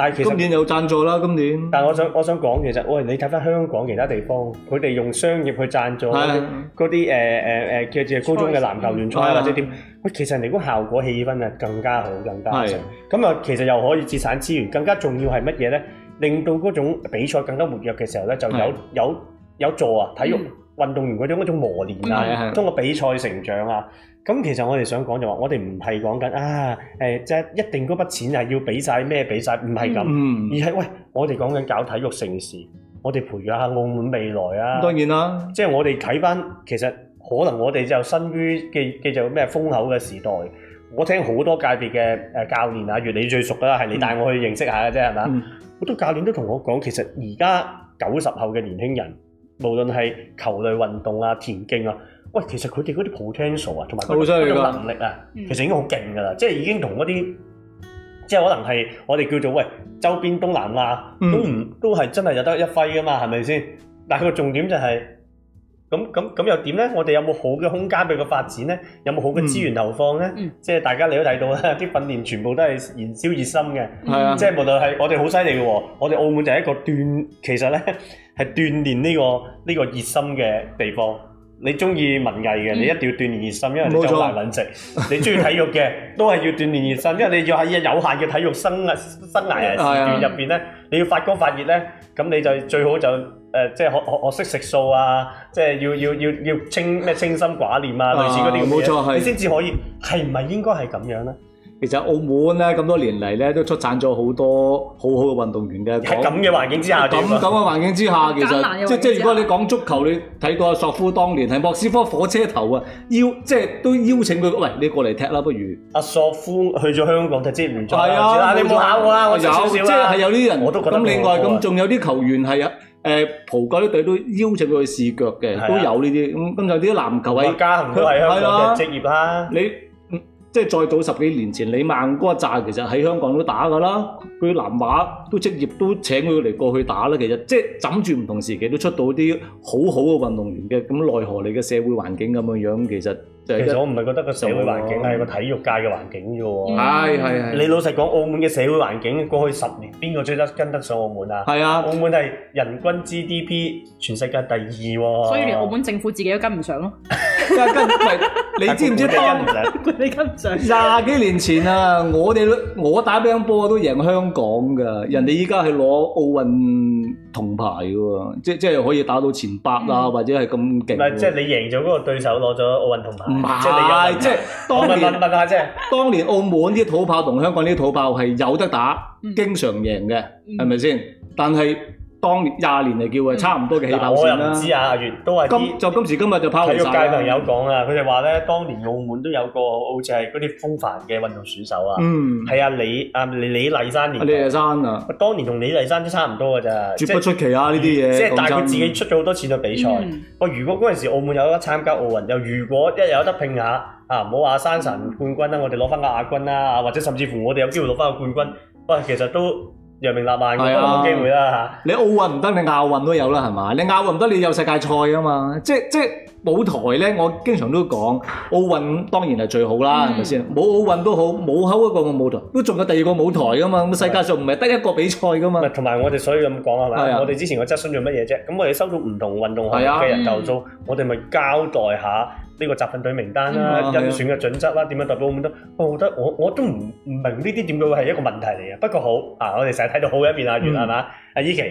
但係其今實，年有贊助啦，今年但係我想我想講，其實喂，你睇翻香港其他地方，佢哋用商業去贊助嗰係啲啊嗰啲誒誒誒叫做高中嘅籃球聯賽啊嗯或者點，喂，其實人哋嗰個效果氣氛啊更加好，更加好係咁啊，其實又可以節省資源，更加重要係乜嘢咧？令到嗰種比賽更加活躍嘅時候咧，就有係有有助啊體育嗯運動員嗰種嗰種磨練啊。係啊係啊通過比賽成長啊。咁其實我哋想講就話，我哋唔係講緊啊，誒即係一定嗰筆錢係要俾晒咩俾晒，唔係咁，嗯而，係喂，我哋講緊搞體育盛事，我哋培養下澳門未來啊咁。當然啦，即係我哋睇翻，其實可能我哋就身於嘅嘅就咩風口嘅時代。我聽好多界別嘅誒教練啊，越你最熟㗎啦，係你帶我去認識下嘅啫，係嘛？嗯好多教練都同我講，其實而家九十後嘅年輕人，無論係球類運動啊、田徑啊，喂，其實佢哋嗰啲 potential 啊，同埋嗰好犀種利㗎嗰種能力啊，嗯其實已經好勁㗎啦，即係已經同嗰啲。即係可能係我哋叫做喂周邊東南亞、嗯都唔都係真係有得一揮噶嘛，係咪先？但係個重點就係咁咁咁又點咧？我哋有冇好嘅空間俾佢發展咧？有冇好嘅資源投放咧？嗯即係大家你都睇到啦，啲訓練全部都係燃燒熱心嘅。嗯係啊即係無論係我哋好犀利嘅喎，我哋澳門就係一個鍛，其實咧 係鍛鍊呢、個呢、個熱心嘅地方。你中意文藝嘅，嗯你一定要鍛鍊熱心，因為你冇錯就好難揾食。 你中意體育嘅，都係要鍛鍊熱心，因為你要喺有限嘅體育生涯生涯係啊時段入邊咧，你要發光發熱咧，咁你就最好就誒、呃即係學學學識食素啊，即係要要要要清咩清心寡念啊，類似嗰啲咁嘅嘢冇錯係你先至可以係唔係應該係咁樣咧？其實澳門咧咁多年嚟咧都出產咗好多好好嘅運動員嘅。喺咁嘅環境之下，啊咁咁嘅環境之下，其艱難嘅環實即境之即如下果你講足球，你睇過索夫當年喺莫斯科火車頭啊，邀即係都邀請佢，喂，你過嚟踢啦，不如阿索夫去咗香港踢職業聯賽啦，係我知啦啊，你冇冇考我啦，我有識少即少啦係有啲人，我都覺得咁冇另外考啊咁仲有啲球員係啊，誒葡國啲隊都邀請佢去試腳係啊嘅，都有呢啲咁咁有啲籃球麥係嘉恒都係香港嘅職業啦，你。嗯即係再早十幾年前，李孟嗰一扎其實喺香港都打㗎啦，佢南馬都職業都請佢嚟過去打啦。其實即係枕住唔同時期都出到啲好好嘅運動員嘅，咁奈何你嘅社會環境咁樣樣，其實就係其一實我唔係覺得個社會環境係個體育界嘅環境啫嗯喎。係係係你老實講，澳門嘅社會環境過去十年，邊個追得跟得上澳門啊？係啊澳。門係人均 GDP 全世界第二喎，所以連澳門政府自己都跟唔上 咯，跟跟唔係你知唔知當但係佢哋跟唔上佢哋跟唔上。廿幾年前啊，我哋都我打乒乓波都贏香港噶，人哋依家係攞奧運銅牌嘅喎，即即係可以打到前八啊，嗯或者係咁勁唔喎。係即係你贏咗嗰個對手攞咗奧運唔銅牌，即係係，你即係有當問年問問下啫。當年澳門啲土炮同香港啲土炮係有得打，嗯經常贏嘅，嗯係咪先？但係當年廿年嚟叫係差唔多嘅起嗱，跑我又線唔啦。知啊，阿月都係啲今就今時今日就拋體離育晒界啦朋友講啊，佢哋話咧，當年澳門都有個好似係嗰啲風帆嘅運動選手啊，嗯，係啊李啊李李麗珊年李麗代，珊啊，當年同李麗珊都差唔多㗎咋，嗯絕不出奇啊！呢啲嘢，即係但係講佢真自己出咗好多錢去比賽。嗯喂，如果嗰陣時澳門有得參加奧運，又如果一有得拼下啊，唔好話山神冠軍啦，我哋攞翻個亞軍啦，啊或者甚至乎我哋有機會攞翻個冠軍，喂，其實都揚名立萬係嘅，都啊冇機會啦你奧運唔得，你亞運都有啦，係嘛？你亞運唔得，你有世界賽啊嘛！即即舞台咧，我經常都講奧運當然係最好啦，嗯係咪先？冇奧運都好，冇口一個舞台，都仲有第二個舞台噶嘛。咁世界上唔係得一個比賽噶嘛嚇。。同埋我哋所以咁講係係咪啊我哋之前個質詢做乜嘢啫？咁我哋收到唔同運動項目係啊嘅人投訴，我哋咪交代下呢個集訓隊名單嗯啊啦、係啊甄選嘅準則啦，點樣代表澳門都，我覺得我我都唔唔明呢啲點解會係一個問題嚟嘅。不過好啊，我哋成日睇到好嘅一面啊，原嗯係嘛？阿依琪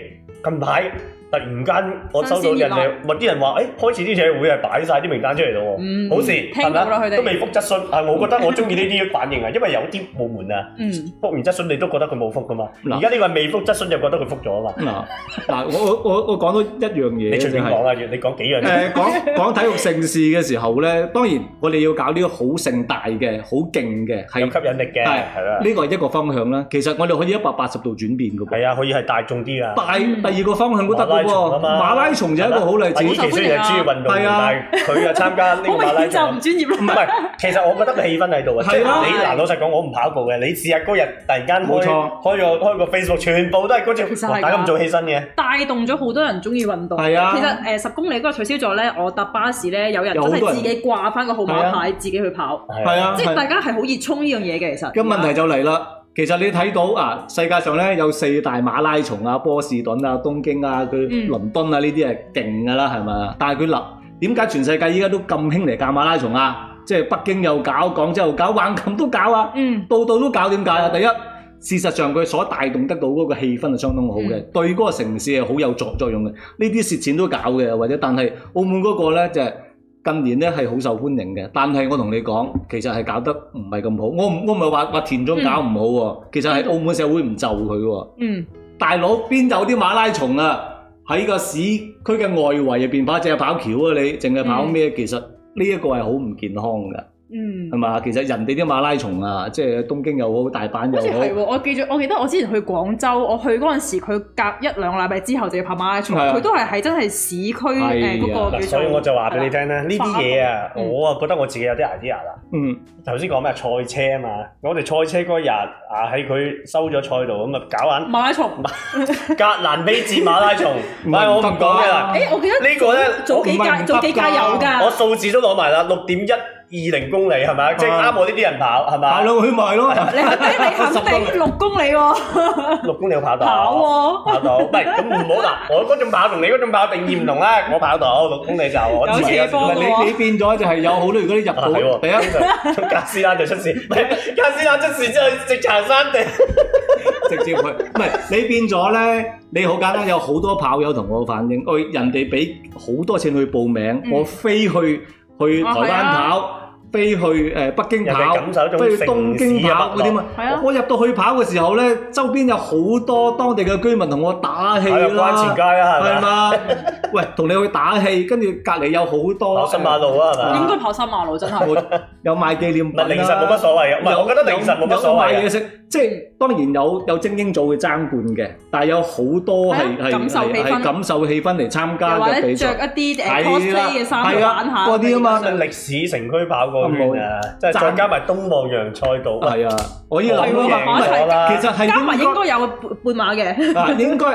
近排突然間我收到人新鮮熱哋，咪啲人話誒開始啲社會係擺晒啲名單出嚟咯嗯喎，好事聽係到啦佢咪？哋都未覆質詢啊，我覺得我中意呢啲反應啊，因為有啲部門啊。嗯，覆完質詢你都覺得佢冇覆噶嘛？嗱而家呢個係未覆質詢就覺得佢覆咗啊嘛？嗱嗱，我我我我講多一樣你嘢，隨就便係呃講啦，啊你講幾樣嘢？誒講講體育盛事嘅時候咧，當然我哋要搞呢個好盛大嘅、好勁嘅，係有吸引力嘅係係啦，呢個係一個方向啦。其實我哋可以一百八十度轉變嘅噃。係啊，可以係大眾啲噶。大第二個方向都得嘅喎，馬馬拉拉松松啊就係一個好例阿子依。琪雖然係專業運動員，係啊但係佢啊參加呢個好馬明拉顯就唔松。專業唔啦。係，其實我覺得個氣氛喺度啊，即係係啊你嗱，老實講，我唔跑步嘅，你試下嗰日突然間冇開錯開個開個 Facebook，全部都係嗰其實隻係哇打㗎咁早起身嘅，帶動咗好多人中意運動。係啊其實呃誒十公里嗰個取消咗咧，我搭巴士咧，有人真有好多係人自己掛翻個號係啊碼牌，自己去跑，係啊即係大家係好熱衷呢樣嘢嘅。其實咁問題就嚟啦，其實你睇到啊，世界上咧有四大馬拉松啊，波士頓啊、東京啊、佢嗯倫敦啊呢啲係勁㗎啦，係咪啊？但係佢立點解全世界依家都咁興嚟搞馬拉松啊？即係北京又搞，廣州又搞，橫琴都搞啊！嗯度度都搞點解啊？第一，事實上佢所帶動得到嗰個氣氛係相當好嘅，對嗰個城市係好有作作用嘅。呢啲蝕錢都搞嘅，或者但係澳門嗰個呢，就係近年呢係好受歡迎嘅，但係我同你講，其實係搞得唔係咁好。我唔我唔係話話田中搞唔好喎，其實係澳門社會唔就佢喎。嗯大佬邊有啲馬拉松啊？喺個市區嘅外圍入邊跑，淨係跑橋啊！你淨係跑咩？其實呢一個係好唔健康㗎。嗯係，嘛？其實人哋啲馬拉松啊，即係東京又好，大阪好似又好係，喎。我記住，我記得我之前去廣州，我去嗰陣時，佢隔一兩個禮拜之後就要跑馬拉松，係啊佢都係喺真係市區誒係啊嗰個嗱，叫所以做我就話俾你聽咧，呢啲嘢啊，嗯我啊覺得我自己有啲 idea 啦。嗯，頭先講咩賽車啊嘛，我哋賽車嗰日啊喺佢收咗賽道咁啊搞 緊馬拉嗯松。格蘭披治馬拉松，唔係我唔講嘅啦，誒，我記得呢個咧早幾我唔係屆唔早幾屆得㗎有我㗎，數字都攞埋啦，六點一二零公里係咪？即係啱我呢啲人跑係大咪？佬去 埋咯，你肯定你肯 定六公里喎，六公里我跑到，跑喎。跑到，唔係咁唔好嗱，我嗰種跑同你嗰種跑定義唔同啦，我跑到六公里就我自己有斜坡唔係你你變咗就係有好多如果你入啊係到喎，第一通常加斯拉就出事，唔係加斯拉出事之後直行山地，直接去，唔係你變咗咧，你好簡單，有好多跑友同我反映，喂，人哋俾好多錢去報名，嗯我飛去去台啊係灣啊跑。飛去誒北京人跑哋感受一，種飛去東京跑嗰啲嘛城市嘅脈絡係啊，我入到去跑嘅時候咧，周邊有好多當地嘅居民同我打氣喺啦，度關前街啦係係咪？嘛？喂，同你去打氣，跟住隔離有好多跑新馬路啊係咪？應該跑新馬路真係。冇有賣紀念唔品啦係凌晨冇乜所謂嘅，唔係我覺得凌晨冇乜所謂有有賣嘅嘢。食，即係當然有有精英組去爭冠嘅，但係有好多係係啊係感受氣係氛係感受氣氛嚟參加又或嘅者比着賽。一啲誒係啦 cosplay 嘅衫去玩下係啊嗰啲啊嘛歷史城區跑過個圈啊，即係再加埋東望洋賽道，喂係啊，我依諗係喎咯，慢慢贏咗啦其實係加埋應應該該有半馬嘅，啊，應該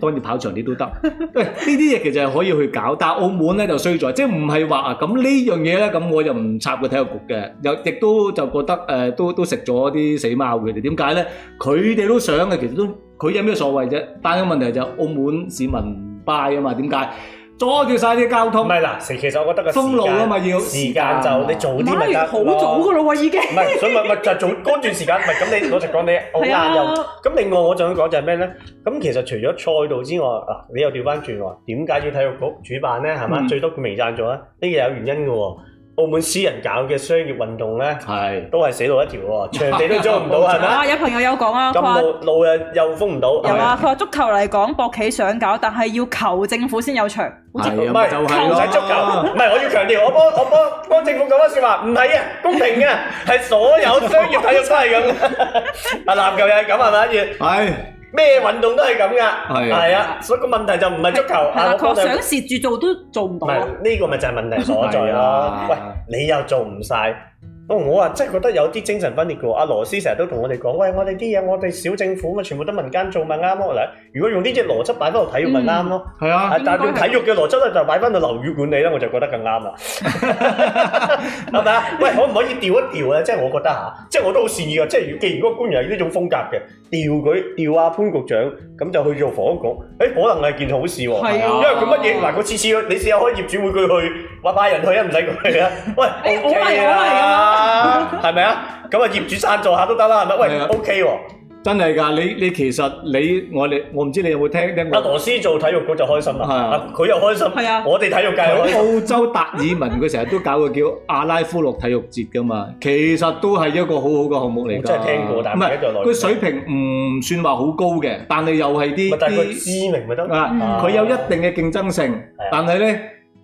當然跑長啲都得。喂，呢啲嘢其實係可以去搞，但係澳門咧就衰在，即係唔係話啊咁呢樣嘢咧，咁我就唔插個體育局嘅，又亦都就覺得誒、呃都都食咗啲死貓佢哋。點解咧？佢哋都想嘅，其實都佢有咩所謂啫？單一問題就係澳門市民唔 buy 啊嘛，點解阻住晒啲交唔通？係嗱，其其實我覺得個時間封路啊嘛要時間就你早唔啲咪得係好早咯噶啦喎已經。唔係，所以咪咪就係早嗰段時間，唔係 咁你老實講你好係晏又。啊，咁另外我想講就係咩咧？咁其實除咗賽道之外，嗱、你又調翻轉喎，點解要體育局主辦咧？係嘛，嗯最多佢未贊助啊，呢個有原因嘅喎。澳門私人搞嘅商業運動咧，係。都係死路一條喎，場地都租唔到 係咪？啊有朋友有講啊，佢話咁路路又又封唔到，有係咪啊，佢話足球嚟講，博企想搞，但係要求政府先有場。好似係啊唔係就係唔咯使足球，唔係我要強調，我幫我幫幫政府講翻説話，唔係啊，公平嘅， 係所有商業體育都係咁 嘅，啊籃球又係咁係咪？要係咩運動都係咁噶，係係啊，所以個問題就唔係足球，係啊啦，我佢話幫你想蝕住做都做唔唔到係啊。呢個咪就係問題所在係咯啊。喂，你又做唔晒，我我啊真係覺得有啲精神分裂嘅喎。阿羅斯成日都同我哋講，喂，我哋啲嘢我哋小政府咪全部都民間做咪啱咯。嗱，如果用呢只邏輯擺翻落體育咪啱咯。係啊啊！但係用體育嘅邏輯咧，就擺翻到樓宇管理咧，我就覺得更 啱啦，係咪啊？喂，可唔可以調一調咧？啊即係我覺得嚇，即係我都好善意嘅。即係既然嗰個官員係呢種風格嘅，調佢調阿潘局長，咁就去做房屋局，誒可能係件好事喎。係啊因為佢乜嘢嗱，佢次次你試下開業主會佢去，話派人去啊，唔使 佢去啊。喂誒我係 OK 啦，係咪啊？咁啊業主贊助下都得啦，係咪？喂係啊，OK 喎。真係㗎，你你其實你我哋我唔知你有冇聽聽阿過。羅斯做體育局就開心啦，係啊啊佢又開心係啊，我哋體育界又開心。澳洲達爾文佢成日都搞個叫阿拉夫洛體育節噶嘛，其實都係一個好好嘅項目嚟㗎。我真係聽過但係唔唔記得咗內容佢水平唔算話好高嘅，但係又係咪啲但係佢啲知名咪得咯。啊，嗯佢有一定嘅競爭性啊，但係咧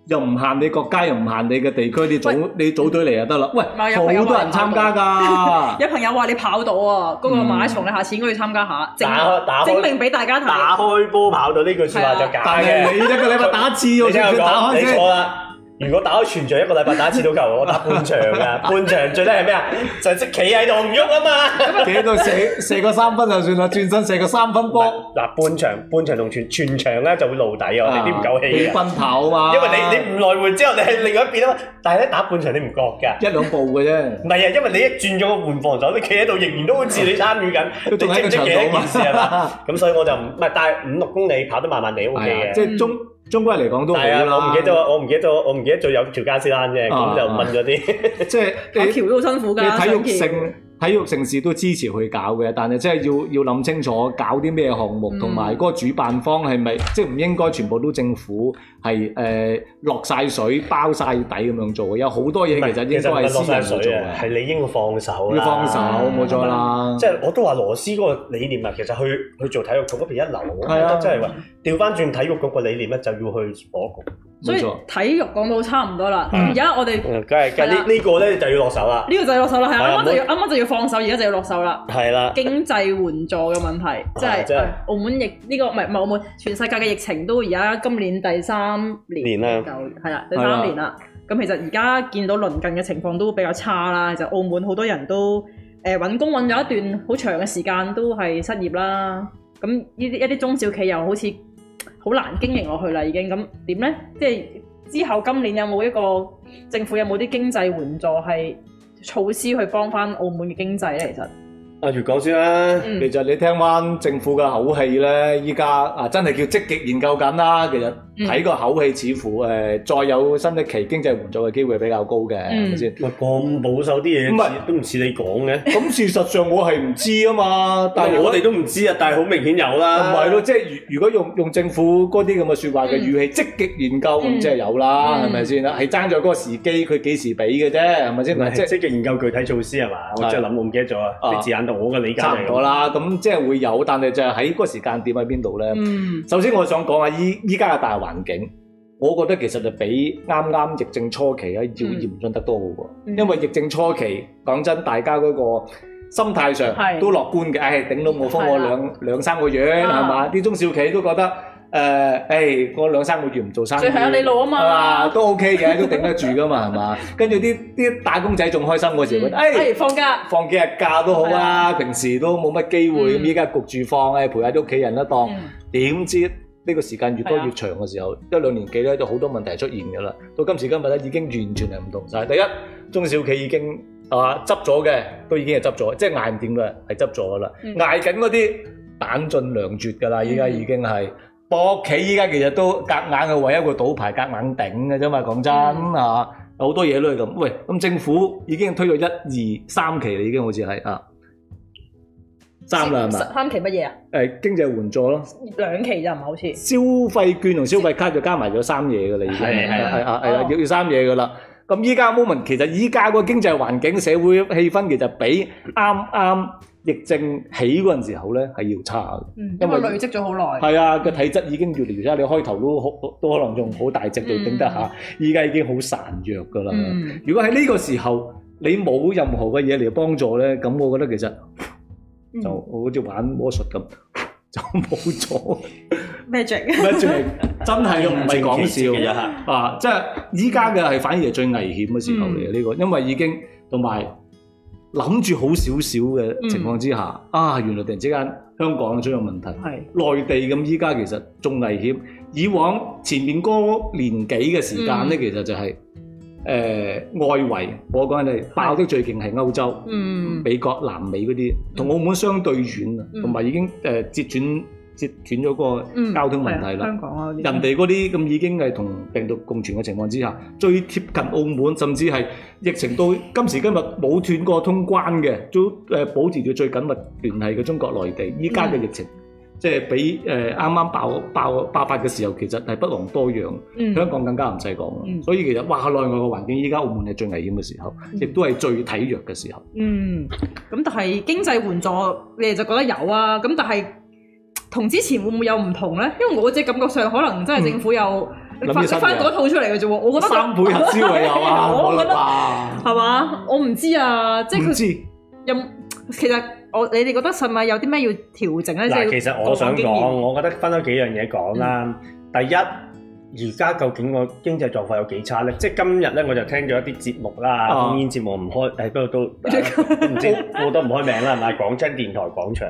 又唔限你國家，又唔限你嘅地區，你組你組隊嚟就得啦。喂，咪有好朋友多人參加㗎。有朋友話你跑到啊，嗰個嗯馬拉松你下次應該要參加下，證打開打開證明俾大家打睇。開波跑到呢句説話就假但係嘅。你一個 禮拜打一次，我你聽算我唔算打講，開你先？錯啦。如果打開全場一個禮拜打一次到球，我打半場㗎。半場最叻係咩啊？就係識企喺度唔喐啊嘛。企喺度射射個三分就算啦，轉身射個三分波，嗱，半場半場同全全場咧就會露底啊！我 À. 哋啲唔夠氣你嘅，奔跑啊嘛，因為你你唔來回之後，你係另外一邊啊嘛。但係咧打半場你唔覺㗎。一兩步嘅啫。唔係啊，因為你一轉咗個換防守，你企喺度仍然都好似你參與緊，你知都仲喺唔個知場幾多度啊件事係 嘛？嘛，咁所以我就唔唔係，但係五六公里跑得慢慢地 O 係 K 嘅啊，即。係中中歸嚟講都好係啊，我唔啦。記得咗，我唔記得咗，我唔記得咗有條家私欄啫，咁啊就問咗啲。即係打你橋都好辛苦㗎，你體育上橋盛體育盛事都支持去搞嘅，但係即係要要諗清楚搞啲咩項目，嗯同埋嗰個主辦方係咪即係唔應該全部都政府係誒落晒水包晒底咁樣做嘅？有好多嘢其實應該係落私晒人去做水啊，係嘅，你應該放手啦要放手冇錯。啦。即係我都話羅斯嗰個理念啊，其實去去做體育局嗰邊一流，我覺係得啊真係話調翻轉體育局個理念咧，啊就要去火局。所以冇錯體育講到差唔多啦。嗯而家我哋梗係，梗係呢呢個咧就要落手啦。呢個就要落手啦，係係啱啊啱就要唔啱啱就要放手，而家就要落手啦。係啦，經濟援助嘅問題，啊即係真係唉澳門疫呢、個唔係唔係澳門，全世界嘅疫情都而家今年第三年年啦就係啦，第三年啦。咁其實而家見到鄰近嘅情況都比較差啦，就澳門好多人都誒揾、工揾咗一段好長嘅時間都係失業啦。咁呢啲一啲中小企又好似好難經營落去啦，已經咁點呢？即係之後今年有冇一個政府有冇啲經濟援助係措施去幫翻澳門嘅經濟呢？其實，阿月講先啦。嗯。其實你聽翻政府嘅口氣咧，依家啊真係叫積極研究緊啦。其實嗯睇個口氣，似乎誒、呃再有新一期經濟援助嘅機會比較高嘅，嗯係咪先？喂，咁保守啲嘢唔係似都唔似你講嘅，咁事實上我係唔知啊嗯嘛，但係我哋都唔知啊，但係好明顯有唔啦。啊係咯，即係如如果用用政府嗰啲咁嘅説話嘅語氣，積極研究咁即係有啦，嗯係咪先啦？係爭咗嗰個時機，佢幾時俾嘅啫，係咪唔係，嗯先？即係即係研究具體措施係嘛？我係真係諗，我唔記得咗啊！啊你字眼同我嘅理解就差係唔咁多。啦，咁即係會有，但係就係喺嗰個時間點喺邊度咧？嗯首先我想講下依依家嘅大環境，我覺得其實就比啱啱疫症初期啊咧要嚴峻得多好喎。嗯因為疫症初期講真，大家嗰個心態上係都樂觀嘅，唉、頂到我封係我啦啊兩兩三個月係嘛？啲中小企都覺得。誒、呃誒誒過兩三個月唔做生意，最後有你路啊嘛係嘛都 OK 嘅，都頂得住噶嘛，係嘛？跟住啲啲打工仔仲開心嗰時，覺得誒。哎，放假，放幾日假都好啦，平時都冇乜機會，咁啊嗯依家焗住放誒陪下啲屋企人啦，當嗯點知呢個時間越多係啊越長嘅時候，一兩年幾咧就好多問題出現㗎啦。到今時今日咧已經完全係唔同晒。第一，中小企已經啊執咗嘅都已經係執咗，即係捱唔掂嘅係執咗㗎啦，嗯捱緊嗰啲彈盡糧絕㗎啦，依家嗯已經係。博企依家其實都夾硬係為一個賭牌夾硬頂嘅啫嘛，講真嗯啊，好多嘢都係咁。喂，咁政府已經推咗一二三期啦，已經好似係啊三啦係嘛？三期乜嘢啊？誒經濟援助咯，兩期咋唔係好似？消費券同消費卡就加埋咗三嘢噶啦，已經係係係啊係啊哦，要要三嘢噶啦。咁依家 moment 其實依家個經濟環境、社會氣氛其實比啱啱疫症起嗰陣時候咧係要差嘅。嗯，因因為為累積咗好耐。係啊，個體質已經越嚟越差。你開頭都好都可能仲好大隻度頂得下，依家已經好孱弱㗎啦。嗯，如果喺呢個時候你冇任何嘅嘢嚟幫助咧，咁我覺得其實嗯就好似玩魔術咁，就冇 咗。嗯 magic 咪真係真係唔係嘅講笑一刻，啊！即係依家嘅係反而係最危險嘅時候嚟嘅嗯呢個，因為已經同埋諗住好少少嗯嘅情況之下，啊原來突然之間香港出咗問題。係內地咁依家其實仲危險。以往前面嗰年幾嘅時間咧，嗯其實就係、誒、外圍，我講緊係爆得最勁係歐洲、嗯美國、南美嗰啲，同澳門相對遠啊，嗯同埋已經誒、截斷截斷咗個嗯交通問題係啊啦。香港啊嗰啲人哋嗰啲咁已經係同病毒共存嘅情況之下，最貼近澳門，甚至係疫情到今時今日冇斷過通關嘅，都誒保持住最緊密聯繫嘅中國內地，依家嘅疫情。嗯即係比呃誒啱啱爆爆爆發嘅時候，其實係不遑多讓。嗯香港更加唔使講啦嗯所以其實哇，內外嘅環境依家澳門係最危險嘅時候，嗯亦都係最體弱嘅時候。嗯，咁但係經濟援助你哋就覺得有啊，咁但係同之前會唔會有唔同咧？因為我自己感覺上可能真係政府又嗯諗發啲新出嘢翻嗰套出嚟嘅啫喎，我覺得三倍核銷啊有 啊，我覺得哇，係嘛？我唔知啊，即係唔佢知有其實我你哋覺得係咪有啲咩要調整咧？即係嗱，其實我想過講，往我覺得分咗幾樣嘢講啦。第一，而家究竟個經濟狀況有幾差咧？即係今日咧，我就聽咗一啲節目啦，啊當然節目唔開，誒不過都都唔知我都唔開名啦，係咪？講真，電台廣場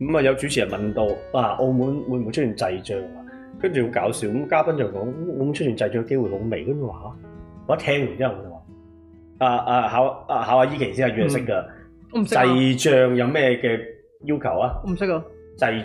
咁啊，有主持人問到啊，澳門會唔會出現滯脹啊？跟住好搞笑，咁嘉賓就講澳門出現滯脹機會好微，跟住話啊我一聽完之後我就話啊啊考啊考下依期先係樣識㗎，我唔識啊，滯脹有咩嘅要求啊？我唔識啊，滯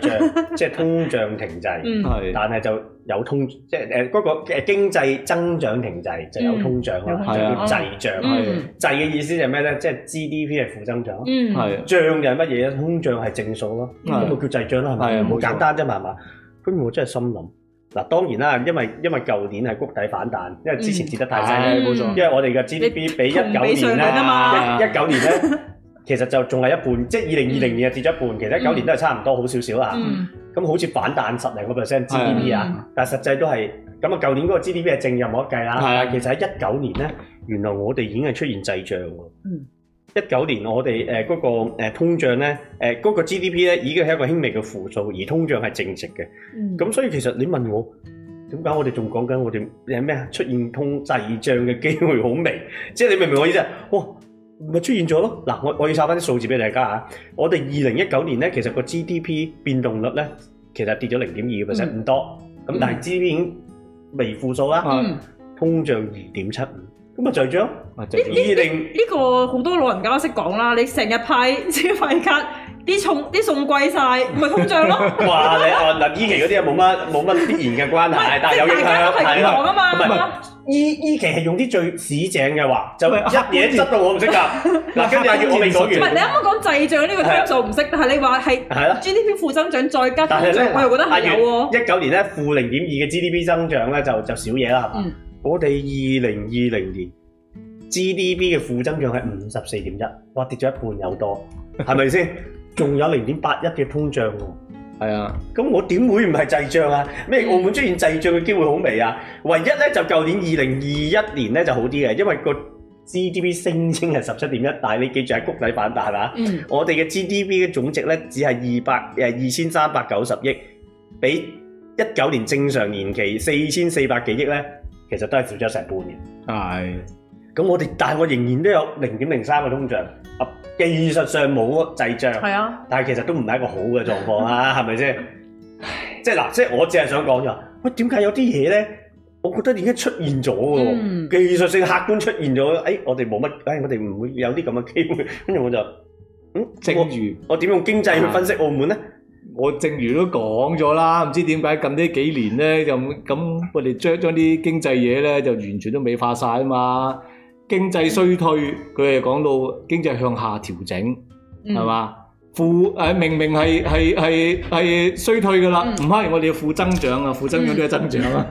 脹，即係通脹停滯，嗯係但係就有通，即係誒嗰個誒經濟增長停滯就有通脹嗯有啦，通就脹叫滯脹。啊嗯滯嘅意思就係咩咧？即係 GDP 係負增長，嗯漲係就係乜嘢咧？通脹係正數咯，係咁咪叫滯脹啦，係係啊咪？冇好錯簡單啫嘛，係嘛？跟住我真係心諗，嗱當然啦，因為因為舊年係谷底反彈，因為之前跌得太犀係利，冇錯因為我哋嘅 GDP 比一九嗯同比上年咧年。啊嘛一九年咧，其實就仲係一半，即係二零二零年啊跌咗一半，其實一九年都係差唔多好少少啦。嗯咁好似反彈十零個 percent GDP 啊，但係實際都係咁啊。舊年嗰個 GDP 係正又冇得計啦。係啊但係其實喺一九年咧，原來我哋已經係出現滯脹喎嗯。一九年我哋誒嗰個誒通脹咧，誒嗰個 GDP 咧已經係一個輕微嘅負數，而通脹係正值嘅。嗯咁所以其實你問我點解我哋仲講緊我哋誒咩啊出現通滯脹嘅機會好微，即係你明唔明我意思啊？哇！咪出現咗咯！嗱，我我要抄翻啲數字俾大家嚇。我哋二零一九年咧，其實個 GDP 變動率咧，其實跌咗零點二個 percent，唔嗯多。咁但係 GDP 已經微負數啦，啊嗯通脹二點七五，咁咪就係咗啊就係咁二零。呢個好多老人家都識講啦，你成日派 消費卡，啲餸啲餸貴晒，咪通脹 咯。哇！你啊嗱，依期嗰啲啊冇乜冇乜必然嘅關係，但係有影大家響都係係咁啦講。啊唔係嘛，依依期係用啲最市井嘅話，就一喂嘢執到我唔識㗎。嗱，跟住阿月我未講唔係完你，啱啱講滯脹呢個係啊 term 數唔識，但係你話係係啦。 GDP 負增長再加通但係咧脹，，我又覺得係有喎。一九年咧負零點二嘅 GDP 增長咧，就就少嘢啦，係嘛？嗯我哋二零二零年 GDP 嘅負增長係五十四點一，哇，跌咗一半有多，係咪先？仲有零點八一嘅通脹喎。係啊，咁我點會唔係滯脹啊？咩澳門出現滯脹嘅機會好微啊？唯一咧就舊年二零二一年咧就好啲嘅，因為個 GDP 聲稱係十七點一，但係你記住係谷底反彈啊！嗯呃我哋嘅 GDP 嘅總值咧只係二百誒二千三百九十億，比一九年正常年期四千四百幾億咧，其實都係少咗成半嘅。係咁我哋但係我仍然都有零點零三嘅通脹，啊技術上冇滯脹。係啊，但係其實都唔係一個好嘅狀況 啦，係咪先？即係嗱，即係我只係想講就話，喂，點解有啲嘢咧？我覺得已經出現咗喎，嗯技術性客觀出現咗。誒、哎我哋冇乜，誒、我哋唔會有啲咁嘅機會。 跟住我就，嗯，正啊我如。我點用經濟去分析澳門咧？我正如都講咗啦，唔知點解近呢幾年咧，就咁咁我哋將將啲經濟嘢咧就完全都美化晒啊嘛。經濟衰退，佢哋講到經濟向下調整，嗯係？嘛？負誒明明係係係係衰退噶啦，唔嗯係我哋要負增長啊，負增長都係增長啊。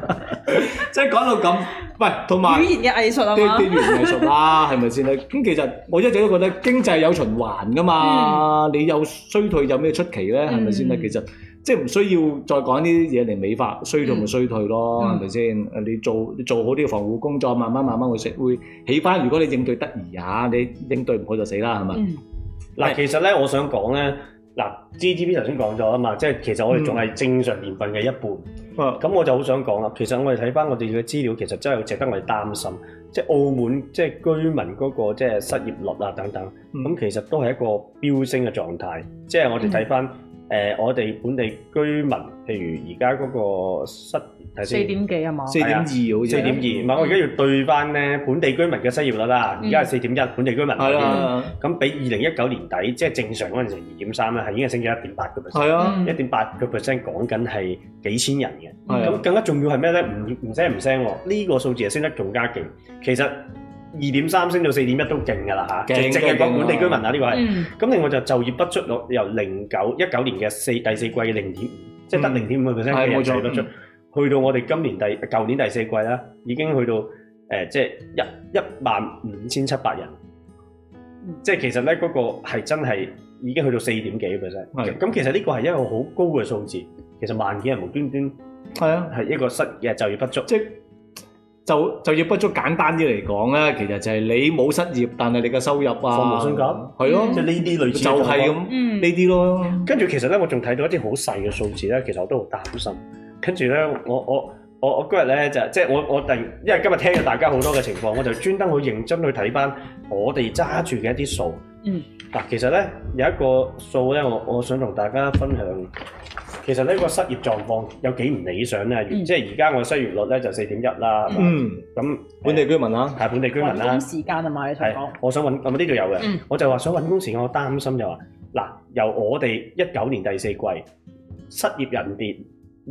即係講到咁，喂，同埋語。言嘅藝術啊啲嘛啲，原藝術啦， 係咪先咧？咁其實我一直都覺得經濟有循環噶嘛，你有衰退有咩出奇咧？係咪先咧？嗯其實即係唔需要再講呢啲嘢嚟美化，衰退咪衰退咯，嗯係咪先？你做你做好啲防護工作，慢慢慢慢會食會起翻。如果你應對得宜啊，你應對唔好就死啦，係咪？嗯嗱，係其實咧，我想講咧，嗱，GDP 頭先講咗啊嘛，即係其實我哋仲嗯係正常年份嘅一半。嗯啊咁我就好想講啦，其實我哋睇翻我哋嘅資料，其實真係值得我哋擔心。即係澳門即係居民嗰個即係失業率啊等等，嗯咁、其實都係一個飆升嘅狀態。即係我哋睇翻誒我哋本地居民，譬如而家嗰個失四睇先點幾啊嘛，四點二好似四點二，唔係我而嗯家要對翻咧本地居民嘅失業率啦，而家係四點一，本地居民係啊嗯啦，咁比二零一九年底即係正常嗰陣時二點三咧，係已經係升咗一點八個 percent，係啊，嗯一點八個 percent 講緊係幾千人嘅。係咁啊，更加重要係咩咧？唔唔聲唔聲喎，呢、個數字係升得仲加勁。其實二點三升到四點一都勁㗎啦嚇，勁淨係勁講本地居民啊，呢個係。嗯咁另外就就業不足率由零九一九年嘅四第四季嘅零點，即係得嗯零點五個 percent 嘅係人冇就業錯不足，去到我哋今年第舊年第四季啦，已經去到誒、呃即係一一萬五千七百人嗯。即係其實咧，嗰、個係真係已經去到四點幾個 percent。係咁其實呢個係一個好高嘅數字。其實萬幾人無端端。係啊。係一個失嘅就業不足。即係就就業不足簡單啲嚟講咧，其實就係你冇失業，但係你嘅收入啊，放無薪假係咯嗯，即係呢啲類就似係咁咁。嗯呢啲咯。跟住其實咧，我仲睇到一啲好細嘅數字咧，其實我都好擔心。跟住咧，我我我我嗰日咧就即係我我突然，因為今日聽咗大家好多嘅情況，我就專登好認真去睇翻我哋揸住嘅一啲數。嗯。嗱，其實咧有一個數咧，我我想同大家分享。其實呢個失業狀況有幾唔理想咧，嗯即係而家我失業率咧就四點一啦，係嘛嗯，咁本地居民啊，係本地居民揾啦工。時間啊嘛，你想係講，，我想揾，咁呢度有嘅。嗯我就話想揾工時，我擔心就話嗱，由我哋一九年第四季失業人跌，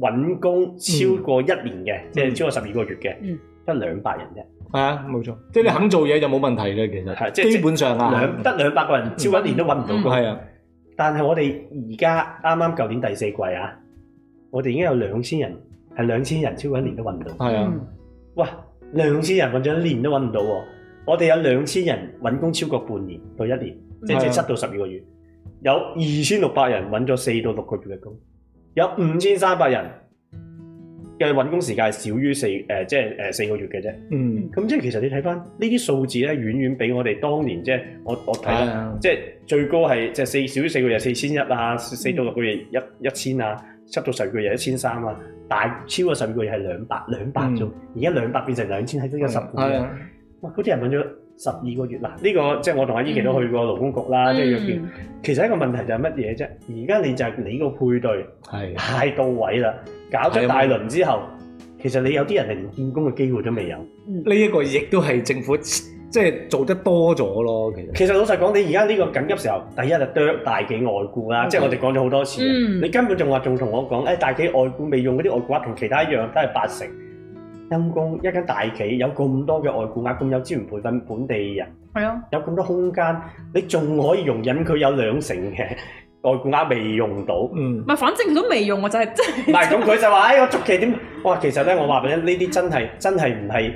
揾工超過一年嘅，即係超過十二個月嘅嗯，得兩百人啫，係啊，冇錯，即係你肯做嘢就冇問題嘅，其係實即係嗯基本上啊兩，得兩百個人，超過一年都揾唔到嗯工。係啊，但係我哋而家啱啱舊年第四季啊，我哋已經有兩千人，係兩千人超過一年都揾唔到。係啊，嗯哇，兩千人揾咗一年都揾唔到喎！我哋有兩千人揾工超過半年到一年，即係係啊七到十二個月。有二千六百人揾咗四到六個月嘅工，有五千三百人嘅揾工時間係少於四誒、即係誒四個月嘅啫。嗯，咁即係其實你睇翻呢啲數字咧，遠遠比我哋當年即係我我睇係啦，啊，即係最高係即係四少於四個月四千一啊，四到六個月一一千啊，七到十二個月一千三啊，大超過十二個月係兩百兩百啫嗯，而家兩百變成兩千係都有十倍係啊！啊，哇，嗰啲人揾咗十二個月嗱，呢個即係我同阿依琪都去過勞工局啊啦，即係嗯約見。其實一個問題就係乜嘢啫？而家你就係你個配對係啊，太到位啦，搞咗大輪之後，其實你有啲人係連見工嘅機會都未有。呢一個亦都係政府即係做得多咗咯，其實其實老實講，你而家呢個緊急時候，第一就剁大企外雇啦，嗯即係我哋講咗好多次。嗯你根本仲話仲同我講，誒、大企外雇未用嗰啲外雇額同其他一樣都係八成。陰公一間大企有咁多嘅外雇額，咁有資源培訓本地人，係啊，有咁多空間，你仲可以容忍佢有兩成 嘅外雇額未用到？嗯唔。係反正都未用，我就係即係唔係，咁佢就話：，誒、我續期點？哇，其實咧，我話俾你聽，呢啲真係真係唔係，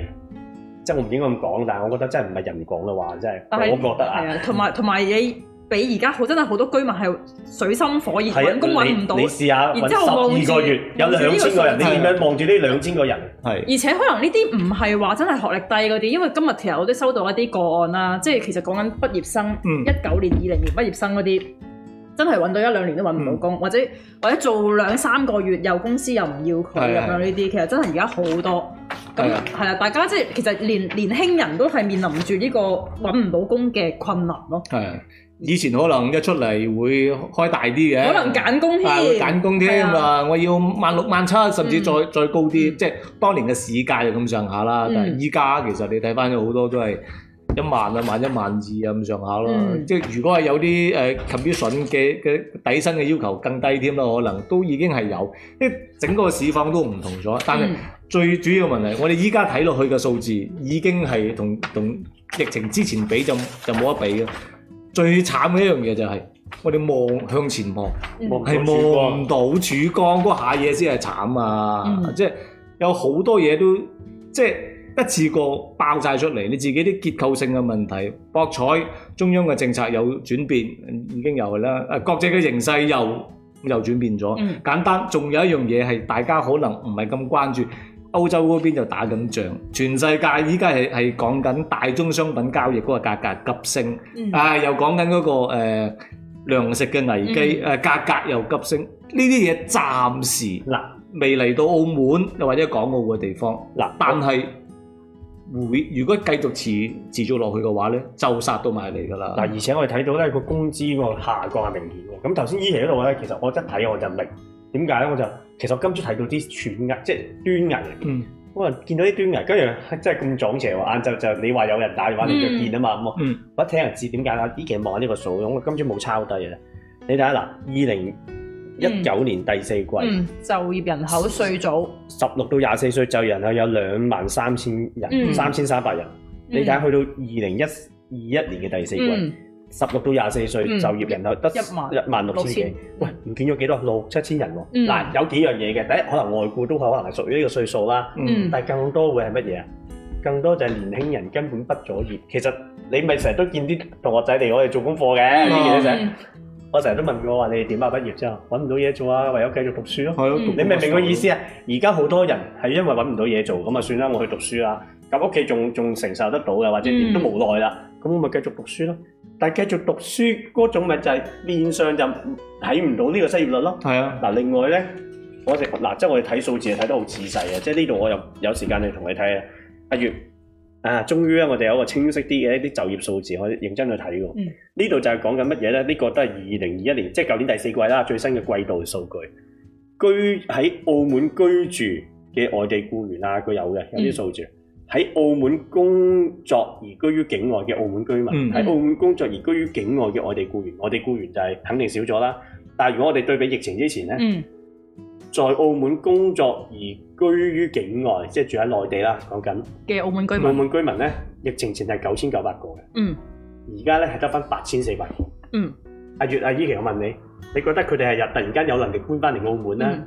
即係我唔應該咁講，但係我覺得真係唔係人講嘅話，真但係係，我覺 得啊係。啊，同埋同埋你比而家好真係好多居民係水深火熱，係啊揾工揾唔到，你你而試下然之後揾十二個月，有望住兩千個人，你點望住呢個數字樣望住呢兩千個人？係，且可能呢啲唔係話真係學歷低嗰啲，因為今日其實我都收到一啲個案啦，即係其實講緊畢業生，嗯一九年、二零年畢業生嗰啲，真係揾到一兩年都揾唔到工，或者或者做兩三個月又公司又唔要佢係咁係樣呢啲，其實真係而家好多。咁係啊係啊，大家即係其實年年輕人都係面臨住呢個揾唔到工嘅困難咯，係啊以前可能一出嚟會開大啲嘅，可能揀工添，啊會揀工添係啊！我要萬六萬七，甚至再嗯再高啲，嗯即係當年嘅市價就咁上下啦。嗯但係依家其實你睇翻好多都係一萬啊、萬一萬二啊咁上下咯。嗯即係如果係有啲誒 commission 嘅嘅底薪嘅要求更低添啦，可能都已經係有，即係整個市況都唔同咗。但係嗯最主要問題，我哋依家睇落去嘅數字已經係同同疫情之前比就就冇得比嘅。最慘嘅一樣嘢就係、我哋望向前望。嗯望係望唔到曙光嗰下嘢先係慘啊！嗯即係有好多嘢都即係一次過爆晒出嚟，你自己啲結構性嘅問題，博彩中央嘅政策有轉變，嗯已經有啦。誒國際嘅形勢又又轉變咗。嗯簡單，仲有一樣嘢係大家可能唔係咁關注。歐洲嗰邊就打緊仗，全世界依家係係講緊大宗商品交易嗰個價格急升。嗯啊，又講緊嗰個誒、呃、糧食嘅危機，誒、嗯呃價格又急升，呢啲嘢暫時嗱未嚟到澳門又或者港澳嘅地方，嗱，但係會如果繼續持持續落去嘅話咧，就殺到埋嚟㗎啦。嗱，嗯而且我哋睇到咧個工資個下降係明顯嘅。咁頭先依期嗰度咧，其實我一睇我就明點解咧，我就其實我今朝睇到啲斷崖，即係端倪。嗯我話見到啲端倪，跟住哎真係咁撞邪喎。晏晝就你話有人打電話你就見啊嘛，咁我嗯我一聽人知點解啦。依期望呢個數，咁我今朝冇抄低嘅。你睇下嗱，二零一九年第四季，嗯，就業人口税組，十六到廿四歲就人口有兩萬三千人，嗯三千三百人。你睇下去到二零一二一年嘅第四季。嗯十六到廿四歲嗯就業人口得一萬一萬六千幾六千，喂唔見咗幾多？六七千人喎。嗯嗱、有幾樣嘢嘅，第一可能外雇都可能係屬於呢個歲數啦，嗯但係更多會係乜嘢啊？更多就係年輕人根本畢咗業。其實你咪成日都見啲同學仔嚟我哋做功課嘅，嗯呢件嘢成日嗯我成日都問過話你哋點啊？畢業之後揾唔到嘢做啊，唯有繼續讀書咯。係咯嗯你明唔明個意思？啊？而家好多人係因為揾唔到嘢做，咁啊算啦，我去讀書啦。咁屋企仲仲承受得到嘅，或者嗯都無奈啦，咁我咪繼續讀書咯。但係繼續讀書嗰種咪就係面上就睇唔到呢個失業率咯。係啊，嗱，另外咧，我哋嗱即係我哋睇數字係睇得好仔細嘅，即係呢度我又有時間去同你睇啊。阿月啊，終於咧我哋有一個清晰啲嘅一啲就業數字，我認真去睇喎。嗯呢度就係講緊乜嘢咧？呢個都係二零二一年，即係舊年第四季啦，最新嘅季度數據。居喺澳門居住嘅外地僱員啊，佢有嘅有啲數字。喺澳門工作而居於境外嘅澳門居民，嗯喺、澳門工作而居於境外嘅外地僱員，外地僱員就係肯定少咗啦。但係如果我哋對比疫情之前咧，嗯在澳門工作而居於境外，即係住喺內地啦，講緊嘅澳門居澳民，門居民咧，疫情前係九千九百個嘅，嗯而家咧係得翻八千四百個。嗯阿月阿依琪，我問你，你覺得佢哋係日突然間有能力搬翻嚟澳門咧，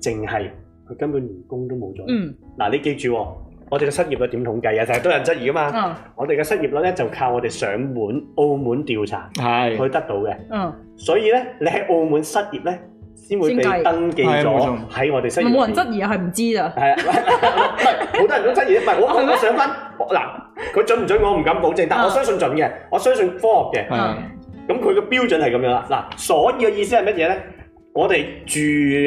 淨係佢根本連工都冇咗？嗯嗱、你記住喎、我哋嘅失業率點統計啊？成日都有人質疑噶嘛。嗯我哋嘅失業率咧就靠我哋上門澳門調查去係得到嘅。嗯，所以咧，你喺澳門失業咧，先會被先計登記係冇咗錯喺我哋失業。冇人質疑啊，係唔知 咋。係啊，唔係好多人都質疑，唔係我我想翻嗱，佢準唔準我唔敢保證，但哦啊我相信準嘅，我相信科學嘅。係啊咁佢嘅標準係咁樣啦。嗱，所以嘅意思係乜嘢咧？我哋住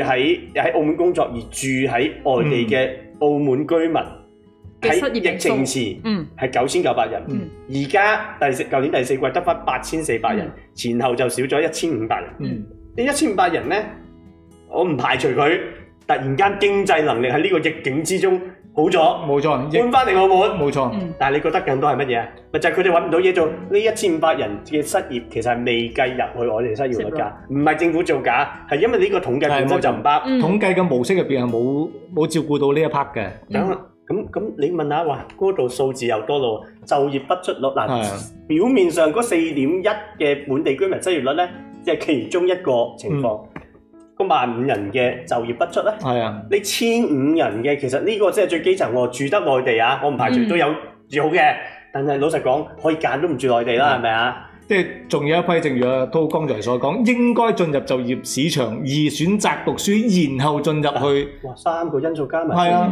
喺喺澳門工作而住喺外地嘅澳門居民嗯嘅失業喺疫人數情前嗯係九千九百人，嗯而家第四舊年第四季得翻八千四百人嗯，前後就少咗一千五百人。嗯呢一千五百人咧，我唔排除佢突然間經濟能力喺呢個逆境之中好咗，冇錯，亦搬翻嚟澳門。冇錯，嗯但係你覺得更多係乜嘢啊？咪就係佢哋揾唔到嘢做。呢一千五百人嘅失業其實係未計入去我哋失業率㗎，唔係政府造假，係因為呢個統計本身就唔包。嗯統計嘅模式入邊係冇冇照顧到呢一 part 嘅。咁咁咁，你問下話嗰度數字又多咯喎，就業不出率係嗱，表面上嗰四點一嘅本地居民失業率咧，即係其中一個情況。個萬五人嘅就業不出咧，係啊，你千五人嘅，其實呢個真係最基層喎，住得內地啊，我唔排除嗯都有住好嘅，但係老實講，可以揀都唔住內地啦，係咪啊？即係仲有一批，正如阿滔剛才所講，應該進入就業市場而選擇讀書，然後進入去。哇，三個因素加埋，係啊，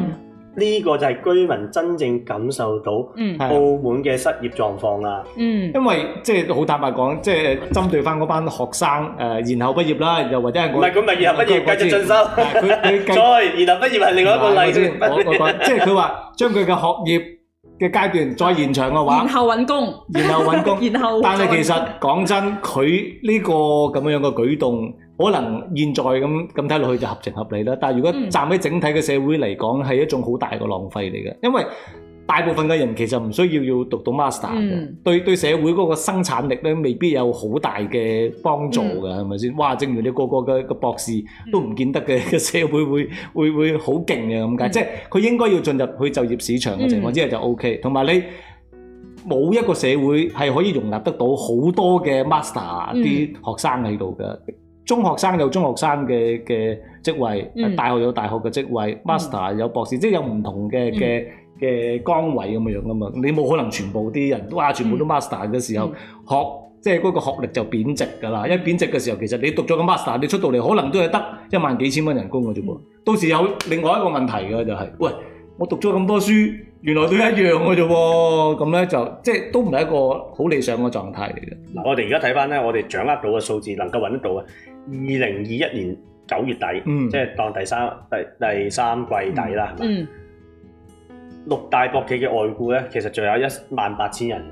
呢個就係居民真正感受到嗯係啊澳門嘅失業狀況啦。嗯因為即係好坦白講，即係針對翻嗰班學生誒、呃延後畢業啦，又或者係唔我係，咁咪以後畢業繼續進修， 係佢佢再繼然後畢業係另外一個例唔係我子。先我我講即係佢話將佢嘅學業嘅階段再延長 嘅話然，後揾工，然後 揾工。 然後但再係其實講真，佢呢個咁樣嘅舉動，可能現在咁咁睇落去就合情合理啦。但係如果嗯站喺整體嘅社會嚟講，係一種好大嘅浪費嚟嘅，因為大部分嘅人其實唔需要要讀到 master 嘅，嗯對對社會嗰個生產力咧未必有好大嘅幫助嘅，係咪先？哇！正如你個個嘅嘅博士嗯都唔見得嘅嘅社會會 會會好勁嘅咁解，嗯即係佢應該要進入去就業市場嘅情況之下就 O K，同埋你。冇一個社會係可以容納得到好多嘅 master 嗯啲學生喺度嘅，中學生有中學生嘅嘅職位，嗯大學有大學嘅職位，master 有博士，即係有唔同嘅嗯嘅嘅崗位咁樣樣噶嘛。你冇可能全部啲人都哇，全部都 master 嘅時候、嗯學。即係嗰個學歷就貶值㗎啦，一貶值嘅時候，其實你讀咗個 master，你出到嚟可能都係得一萬幾千蚊人工嘅啫噃。到時有另外一個問題嘅就係、喂，我讀咗咁多書，原來都一樣嘅啫喎，咁咧就即係都唔係一個好理想嘅狀態嚟嘅。嗱，我哋而家睇翻咧，我哋掌握到嘅數字，能夠揾得到嘅，二零二一年九月底，嗯即係當第三第第三季底啦，係咪？嗯六大博企嘅外僱咧，其實仲有一萬八千人。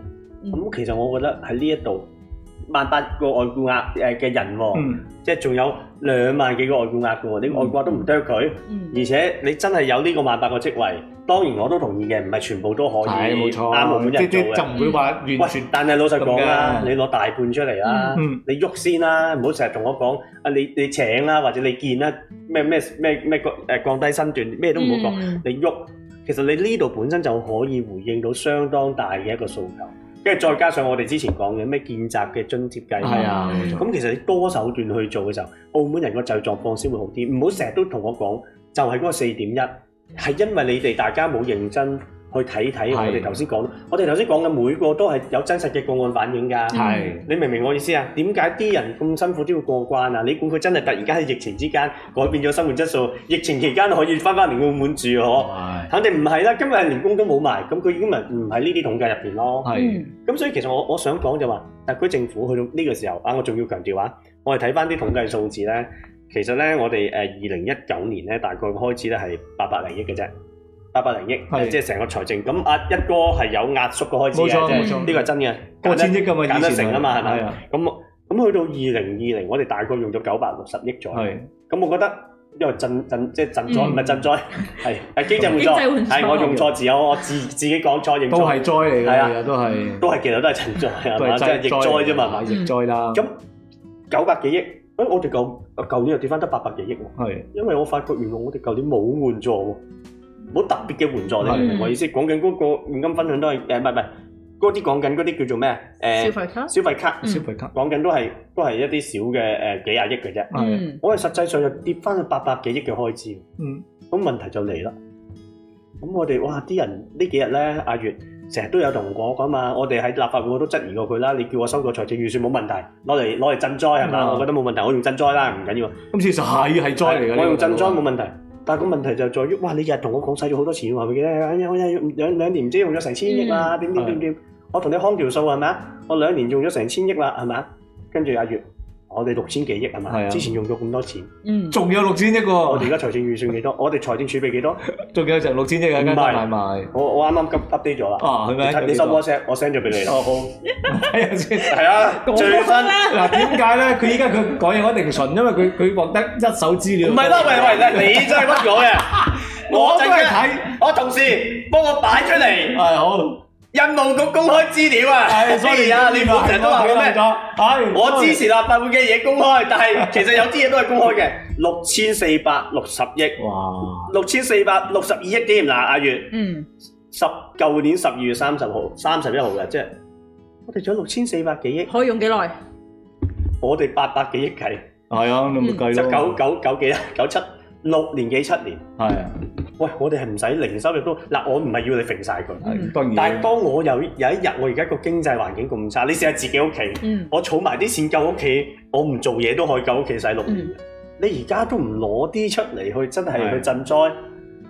嗯咁其實我覺得喺呢一度萬八個外僱額誒嘅人喎，嗯，即係仲有兩萬幾個外僱額嘅喎，你外僱額都唔得佢，嗯而且你真係有呢個萬八個職位，當然我都同意嘅，唔係全部都可以係冇錯，啱澳門即人做即就嘅。唔會話喂完全，但係老實講啦，咁嘅你攞大半出嚟啦，嗯你喐先啦，唔好成日同我講啊，你你請啦，或者你見啦，咩咩咩咩降誒降低身段，咩都唔好講。嗯你喐，其實你呢度本身就可以回應到相當大嘅一個訴求，跟住再加上我哋之前講嘅咩建閘嘅津貼計係劃，啊，冇錯。咁其實你多手段去做嘅時候，澳門人個就業狀況先會好啲。唔好成日都同我講，就係嗰個四點一，係因為你哋大家冇認真去睇睇我哋頭先講，我哋頭先講嘅每個都係有真實嘅個案反映㗎。係你明唔明我意思啊？點解啲人咁辛苦都要過關啊？你估佢真係突然間喺疫情之間改變咗生活質素？疫情期間可以翻返嚟澳門住嗬？肯定唔係啦，今日連工都冇埋，咁佢已經咪唔喺呢啲統計入邊咯。Ừ. 係咁所以其實我我想講就話，特區政府去到呢個時候啊，我仲要強調啊，我哋睇翻啲統計數字咧，其實咧我哋誒呃二零一九年咧大概開支咧係八百零億嘅啫，八百零億，係即係成個財政。咁阿一哥係有壓縮嘅開支冇嘅，錯冇即係錯呢個係真嘅。過千億㗎嘛，減以得前成啊嘛係咪係啊，咁咁去到二零二零，我哋大概用咗九百六十億左右。係咁我覺得因為賑賑即係賑災嗯唔係賑災，係係經濟 換經濟換災，災 係哎我用錯字，我我自自己講錯認都錯，係災係嚟嘅，啊其實都係都係其實都係賑 災係嘛，即係逆災啫嘛係係嘛。逆災啦。咁九百幾億，誒我哋舊舊年又跌翻得八百幾億喎，係因為我發覺原來我哋舊年冇援助喎，冇特別嘅援助，你明唔明我意思？講緊嗰個現金分享都係誒唔係唔係嗰啲講緊嗰啲叫做咩啊消誒費卡，消費卡，消費卡講緊都係都係一啲小嘅誒幾廿億嘅啫。係嗯我哋實際上又跌翻去八百幾億嘅開支喎。嗯咁問題就嚟啦。咁我哋哇啲人呢幾日咧，阿月成日都有同我講嘛，我哋喺立法會我都質疑過佢啦。你叫我修個財政預算冇問題，攞嚟攞嚟賑災係嘛？嗯我覺得冇問題，我用賑災啦，唔緊要。今次就係係災嚟嘅，我用賑震災冇問題。但係個問題就在於，哇！你日日同我講使咗好多錢，話俾你聽，哎呀，我一兩兩年唔知用咗成千億嗯啦，點點點點。我同你康條數係咪啊？我兩年用咗成千億啦，係咪啊？跟住阿月，我哋六千幾億係係嘛？啊哦之前用咗咁多錢，嗯仲有六千億我喎，哋而家財政預算 幾多？我哋財政儲備幾多？仲有成六千億嘅加唔係加埋埋。我我啱啱急 update 咗啦。啊，係咪？你你收 WhatsApp，我 send 咗俾你啦。哦，好，睇下先。 係啊，講最新得啦嗱，點解咧？佢依家佢講嘢我一定順，因為佢佢獲得一手資料。唔係啦，喂喂，你真係屈我嘅。我都陣係間睇。我同事幫我擺出嚟，係好。任務局公開資料啊。係，sorry Ờ, 啊，你唔好成日都話我咩？係，我支持立法會嘅嘢公開，但係其實有啲嘢都係公開嘅，六千四百六十億，哇！六千四百六十二億添嗱，阿月。嗯十舊年十二月三十號、三十一號嘅，即係我哋仲有六千四百幾億，可以用幾耐？我哋八百幾億計，係啊，你咪計就咯。九九九幾啊，九七六年幾七年，係啊，喂，我哋係唔使零收入都嗱，我唔係要你揈晒佢，係嗯當但係然。當我有有一日我而家個經濟環境咁差，你試下自己屋企，嗯我儲埋啲錢夠屋企，我唔做嘢都可以夠屋企使六年。嗯你而家都唔攞啲出嚟去真係係去賑災，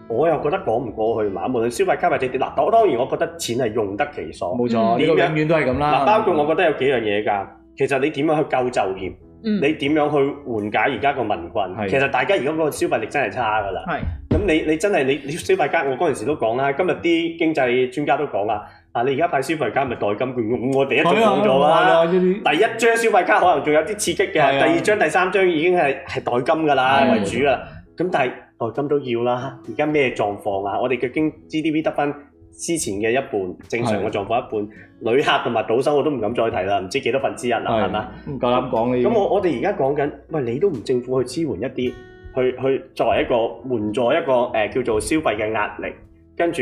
我又覺得講唔過去嘛。無論消費加或者點，嗱，當當然我覺得錢係用得其所。冇錯，呢個點樣永遠都係咁啦。嗱，包括我覺得有幾樣嘢㗎。其實你點樣去救就業，嗯，你點樣去緩解而家個民困係？其實大家而家嗰個消費力真係差㗎啦。係咁你你真係你你消費卡，我嗰陣時都講啦，今日啲經濟專家都講啦，啊你而家派消費卡咪代金券，咁我哋一早係啊講咗係啦。啊呢啲第一張消費卡可能仲有啲刺激嘅，第係啊二張、第三張已經係係代金㗎啦係啊為主啦。咁但係代金都要啦，而家咩狀況啊？我哋嘅經 GDP 得翻之前嘅一半，正常嘅狀況一半，旅客同埋賭收我都唔敢再提啦，唔知幾多分之一啦，係咪？唔夠膽講呢啲咁我我哋而家講緊，喂，你都唔政府去支援一啲，去去作為一個援助一個誒、呃叫做消費嘅壓力，跟住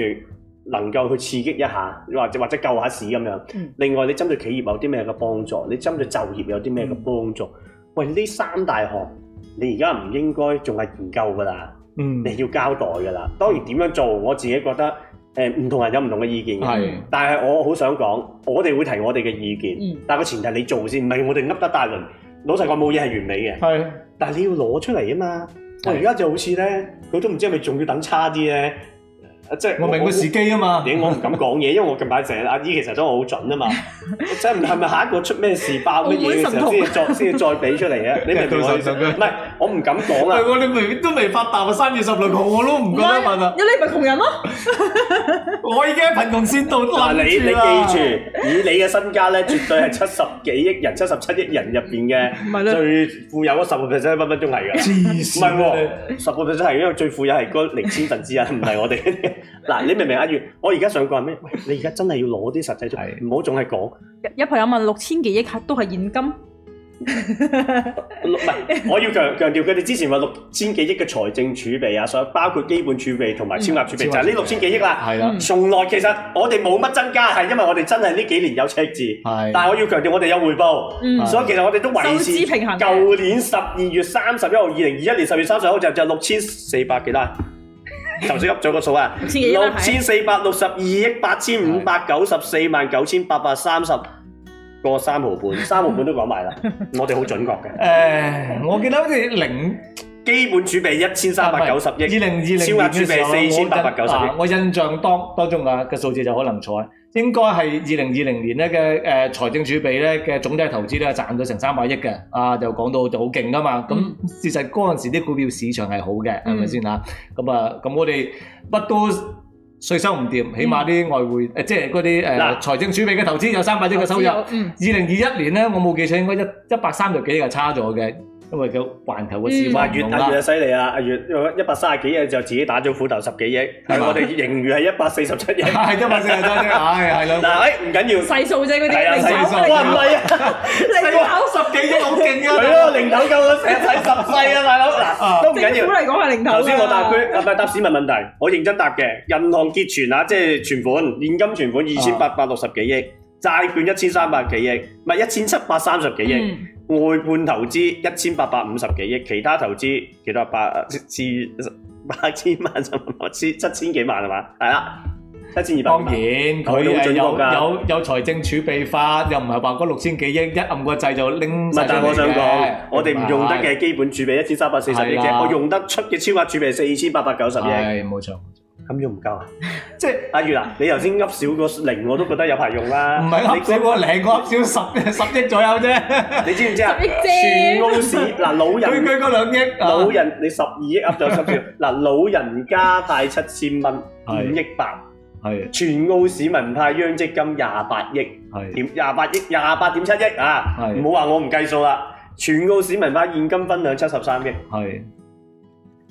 能夠去刺激一下，或者或者救下市咁樣。嗯另外，你針對企業有啲咩嘅幫助？你針對就業有啲咩嗯嘅幫助？喂，呢三大項你而家唔應該仲係研究㗎啦，嗯你要交代㗎啦。當然點樣做，我自己覺得誒唔、同人有唔同嘅意見嘅係但係我好想講，我哋會提我哋嘅意見。嗯但係個前提你做先，唔係我哋噏得大輪。老實講冇嘢係完美嘅，係但係你要攞出嚟啊嘛。我係而家就好似咧，佢都唔知係咪仲要等差啲咧，啊即係我明個時機啊嘛。嘢我唔敢講嘢，因為我近排成日阿姨其實都好準啊 嘛，即係唔係咪下一個出咩事爆乜嘢嘅時候澳門先至再先至再俾出嚟啊？你明唔明我意思？到手到腳唔係，我唔敢講啊係。喎，你未都未發達啊，三二十六號我都唔覺得問啊，因為你咪窮人咯，我已經喺貧窮線度嗱，你攬你住啦。記住，以你嘅身家咧，絕對係七十幾億人、七十七億人入邊嘅唔係咧最富有嗰十個 percent，分分鐘係㗎。黐唔係線啊喎，十個 percent 係因為最富有係嗰零千分之一，唔係我哋。 嗱，你明唔明阿月？我而家想講係咩？喂，你而家真係要攞啲實際出係嚟，唔好仲係講。有朋友問六千幾億客都係現金，唔係，我要 強強調佢哋之前話六千幾億嘅財政儲備啊，所有包括基本儲備同埋超額儲備，就嗯係呢六千幾億啦。係啦嗯，從來其實我哋冇乜增加，係因為我哋真係呢幾年有赤字。係但係我要強調，我哋有回報。嗯，所以其實我哋都維持收支平衡嘅舊年十二月三十一號，二零二一年十月三十一號就就六千四百幾 啦。頭先噏咗個數啊，六千幾啦六千四百六十二億八千五百九十四萬九千八百三十個三毫 半，三毫半都講埋啦，我哋好準確嘅。誒，我記得好似零基本儲備一千三百九十二億，零二零超額儲啊備4890億我印象當當中啊嘅數字就可能錯，應該係二零二零年咧嘅誒財政儲備咧嘅總體投資咧賺咗成三百億嘅，啊就講到就好勁噶嘛。咁嗯事實嗰陣時啲股票市場係好嘅，係咪嗯先啊？咁啊，咁我哋乜都税收唔掂，起碼啲外匯呃誒即係嗰啲誒嗯嗱財政儲備嘅投資有三百億嘅收入。嗯二零二一年咧，我冇記錯應該一一百三十幾係差咗嘅，因為個環球嘅市嗯哇！況唔月同阿啦月。犀利啊！阿月一百三十幾億就自己打咗斧頭十幾億，係嘛我哋盈餘係一百四十 七億。係一百四十三啫，唉，係啦，嗱，誒唔緊要，細數啫嗰係啊，啲，你細搞數你哇唔搞係啊！你搞十幾億好勁係咯，零頭啊夠我寫晒十世啊，大佬啊嗱，都唔緊政府要。嚟講係零頭㗎頭先我答佢，啊唔係答市民問題，我認真答嘅。銀行結存啊，即係存款，現金存啊款二千八百六十幾億，債券一千三百幾億，唔係一千七百三十幾億，嗯外判投資一千八百五十幾億，其他投資幾多百至八千萬就千七千幾萬係嘛？係啦，七千二百當萬。然，佢佢好誒進有步㗎有有財政儲備法，又唔係話嗰六千幾億一按個掣就拎唔係晒，出但係嚟我想講嘅，我哋唔用得嘅基本儲備一千三百四十億係啦啫，我用得出嘅超額儲備四千八百九十億，係冇錯，咁用唔夠啊？即係阿月啊，你頭先噏少個零，我都覺得有排用啦。唔係你噏少個零，我噏少 十十億左右啫。 你知唔知啊？十億啫全澳市嗱老佢人佢嗰兩億，老人你十二億噏咗 十條，嗱老人家派七千蚊係五億八，係全澳市民派央積金廿八億。係點廿八億廿八點七億啊！係唔好話我唔計數啦，全澳市民派現金分兩七十三億。係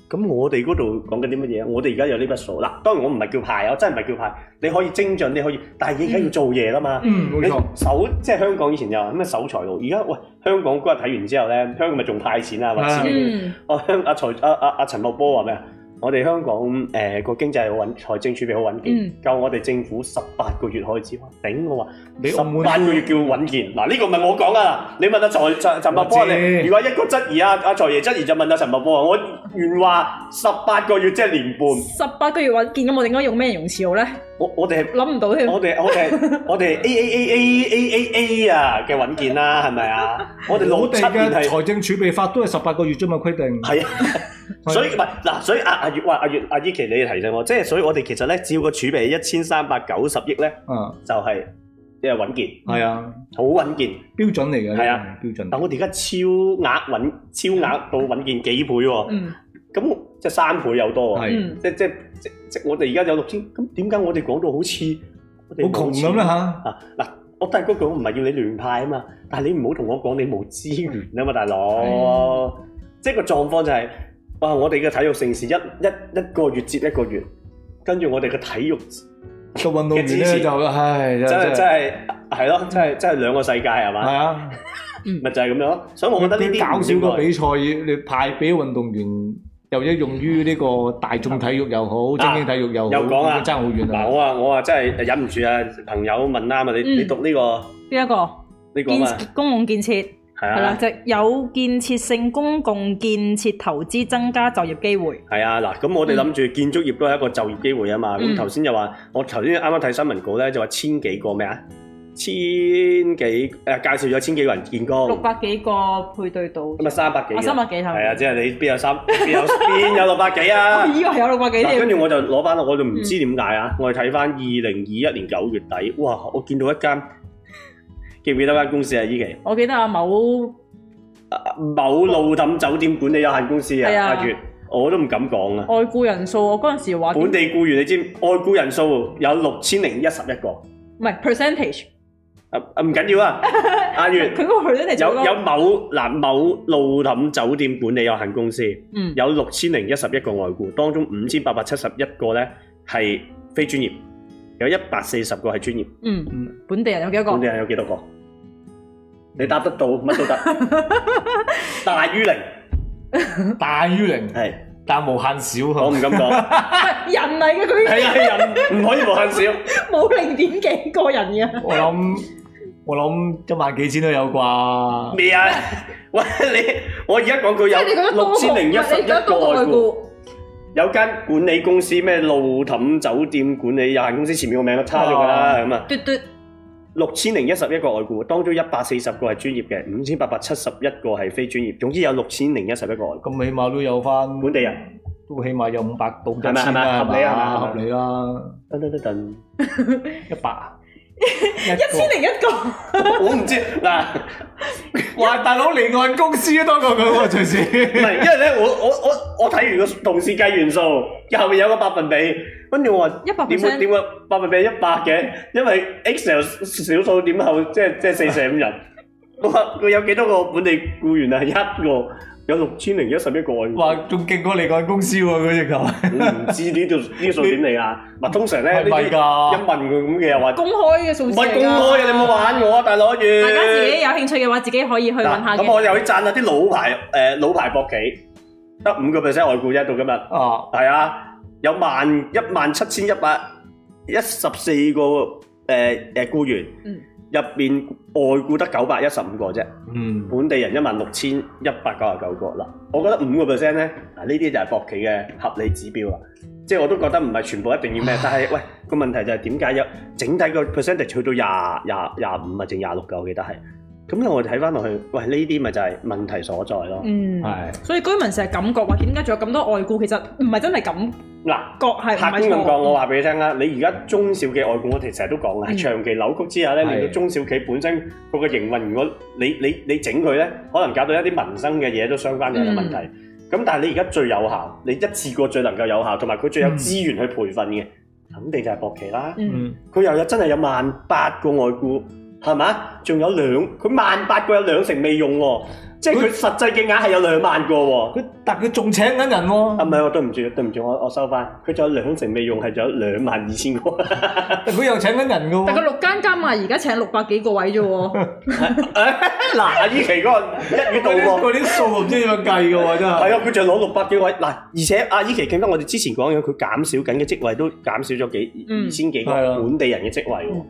咁我哋嗰度講緊啲乜嘢啊？我哋而家有呢筆數啦。當然我唔係叫派啊，我真係唔係叫派。你可以精進，你可以，但係而家要做嘢啦 Ừ. 嘛。嗯冇你錯，守即係香港以前又話咩守財奴，而家喂香港嗰日睇完之後咧，香港咪仲派錢啊，或係者嗯哦香阿財阿阿阿陳茂波話咩啊？我哋香港誒個、經濟好穩，財政儲備好穩健，嗯夠我哋政府十八個月開支。頂我話你十澳門八個月叫穩健，嗱呢、個唔係我講啊！你問阿財陳陳茂波我知你，如果一個質疑啊，阿財爺質疑就問阿陳茂波啊，我原話十八個月即係年半，十八個月穩健咁，我哋應該用咩形容詞好咧？我我哋係諗唔到添。我哋我哋我哋 A A A A A A A 啊嘅穩健啦，係咪啊？我哋我六哋七年嘅係財政儲備法都係十八個月啫嘛規定，係啊，係所以唔係嗱，所以啊阿阿月話阿月阿依琪，你提醒我，即係所以我哋其實咧，照個儲備一千三百九十億咧，嗯，就係即係穩健，係啊，好穩健。標準嚟嘅，係啊，標準。但我哋而家超額穩，超額到穩健幾倍喎、嗯咁即係三倍有多喎。係嗯，即即即即我哋而家有六千，咁點解我哋講到好似我哋好冇窮錢咁啦嚇，啊嗱，我都係嗰句，我唔係要你亂派啊嘛，但係你唔好同我講你冇資嗯源啊嘛，大佬。即係個狀況就係、哇！我哋嘅體育盛事一一一個月接一個月，跟住我哋嘅體育個運動員嘅支咧持就唉，真係真真係嗯係係咯，真係真係兩個世界係係嘛？啊！咪就係咁樣咯。所以我覺得呢啲佢搞唔少應該個比賽，你派俾運動員，又一用於呢個大眾體育又好，精英體育又好，又講啦爭好遠嗱，啊！我啊我啊真係忍唔住啊！朋友問啱啊，你嗯你讀呢個邊一個？呢個啊嘛，建公共建設係係啦，啊就有建設性公共建設投資增加就業機會。係啊嗱，咁我哋諗住建築業都係一個就業機會啊嘛。嗯咁頭先就話，我頭先啱啱睇新聞稿咧，就話千幾個咩啊，千幾誒介紹咗千幾個人見六工，百幾個配對到，咁啊三百幾啊個，三百幾頭，係啊，即係你邊有三 邊有邊有六百幾啊我？以為有六百幾嗱，添。跟嗯住我就攞翻，我就唔知點解啊！我哋睇翻二零二一年九月底，哇！我見到一間，記唔記得間公司啊？依期我記得阿某啊某路氹酒店管理有限公司係啊，啊阿月，我都唔敢講啊！外雇人數，我嗰陣時話點本地僱員你知外僱人數有六千零一十一個， 唔係 percentage，啊啊唔緊要啊，阿月佢嗰個 percentage 嗰有個有某嗱某路氹酒店管理有限公司嗯有六千零一十一個外僱，當中五千八百七十一個咧係非專業，有一百四十個係專業。嗯嗯本地人有幾多個 本地？人有幾多個？你答得到乜都得，大於零大於零，係， 但無限少我唔嚇。敢講，人嚟嘅佢係啊係人唔可以無限少，冇零點幾個人嘅，我諗我諗一萬幾千都有啩。咩啊？ 喂你，我而家講佢即係你覺得有六多啊千零一十你一覺得多個過外外僱，雇有間管理公司咩路氹酒店管理有限公司，前面個名都差咗㗎啦，咁啊，嘟嘟六千零一十一個外僱，當中一百四十個係專業嘅，五千八百七十一個係非專業，總之有六千零一十一個外僱，咁起碼都有翻，本地人，都起碼有五百到係一咪千啦，係咪合理啊係咪合理啦，噔噔噔噔。一百 一千零一個，我唔知嗱，哇！大佬離岸公司都多過佢喎，隨唔時。係，因為咧，我我我我睇完個同事計元數，後面有個百分比，跟住我話100%點會點會百分比一百嘅？因為 Excel 小數點後即係即係四舍五入。我話佢有幾多個本地僱員啊？一個有六千零一十一個外哇僱，！仲勁過離岸公司喎，佢直頭。我唔知呢度呢個數點嚟啊？嗱，通常咧呢係咪啲一㗎問佢咁嘅又話公開嘅數唔字係嚟㗎公開嘅，你冇玩我啊，大佬月。大家自己有興趣嘅話，自己可以去揾下嗱，嘅。咁我又去讚下啲老牌誒、呃老牌博企，得五個 percent 外僱啫，到今日啊！係啊，有萬一萬七千一百一十四呃個誒誒僱員，嗯入邊外僱得九百一十五個啫，嗯，本地人一萬六千一百九十九個啦。我覺得五個 percent 咧，嗱呢啲就係博企嘅合理指標啦。即係我都覺得唔係全部一定要咩， 但係喂個問題就係點解有整體個 percentage 去到廿廿廿五啊，定廿六㗎？我記得係。咁咧我哋睇翻落去，喂呢啲咪就係問題所在咯。嗯，係所以居民成日感覺話點解仲有咁多外雇，其實唔係真係感嗱。覺係唔客係觀咁講，錯。我話俾你聽啦，你而家中小企外僱，我哋成日都講啦，嗯長期扭曲之下咧，係令到中小企本身嗰個營運，如果你你你整佢咧，可能搞到一啲民生嘅嘢都相關嘅嗯問題。咁但係你而家最有效，你一次過最能夠有效，同埋佢最有資源去培訓嘅，肯定就係博企啦。嗯，嗯，佢又有真係有萬八個外僱，係嘛？仲有兩，佢萬八個有兩成未用喎，即係佢實際嘅額係有兩萬個喎。佢但佢仲請緊人啊，唔喎，係，我對唔住，對唔住，我我收翻。佢仲有兩成未用，係仲有兩萬二千個。但佢又請緊人㗎但個喎，六間加埋而家請六百幾個位啫 喎， 嗱，阿依琪嗰個一語道嗰啲破，嗰啲數我唔知點樣計㗎喎，真係係。啊，佢仲攞六百幾位。嗱，而且阿依琪記得我哋之前講嘅，佢減少緊嘅職位都減少咗幾嗯二千幾個係啊本地人嘅職位喎嗯。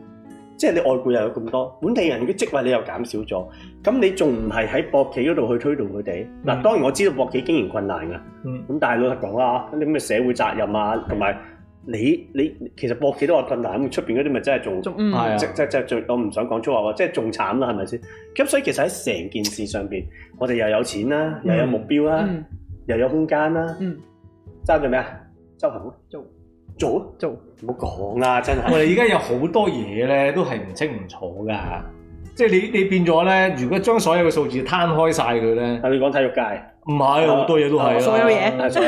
即係你外僱又有咁多，本地人嘅職位你又減少咗，咁你仲唔係喺博企嗰度去推動佢哋？嗱，嗯當然我知道博企經營困難㗎。嗯咁但係老實講啦，啲咁嘅社會責任啊，同埋你你其實博企都有困難，咁出邊嗰啲咪真係仲仲嗯係啊即即即最我唔想講粗口啊，即係仲慘啦，係咪先？咁所以其實喺成件事上邊，我哋又有錢啦，嗯又有目標啦，嗯又有空間啦。嗯，爭咗咩啊？周行咯做做咯，做唔好講啦，真係。我哋而家有好多嘢咧，都係唔清唔楚噶。即係你你變咗咧，如果將所有嘅數字攤開晒佢咧，啊，你講體育界。唔係好多嘢都係啦，所有嘢就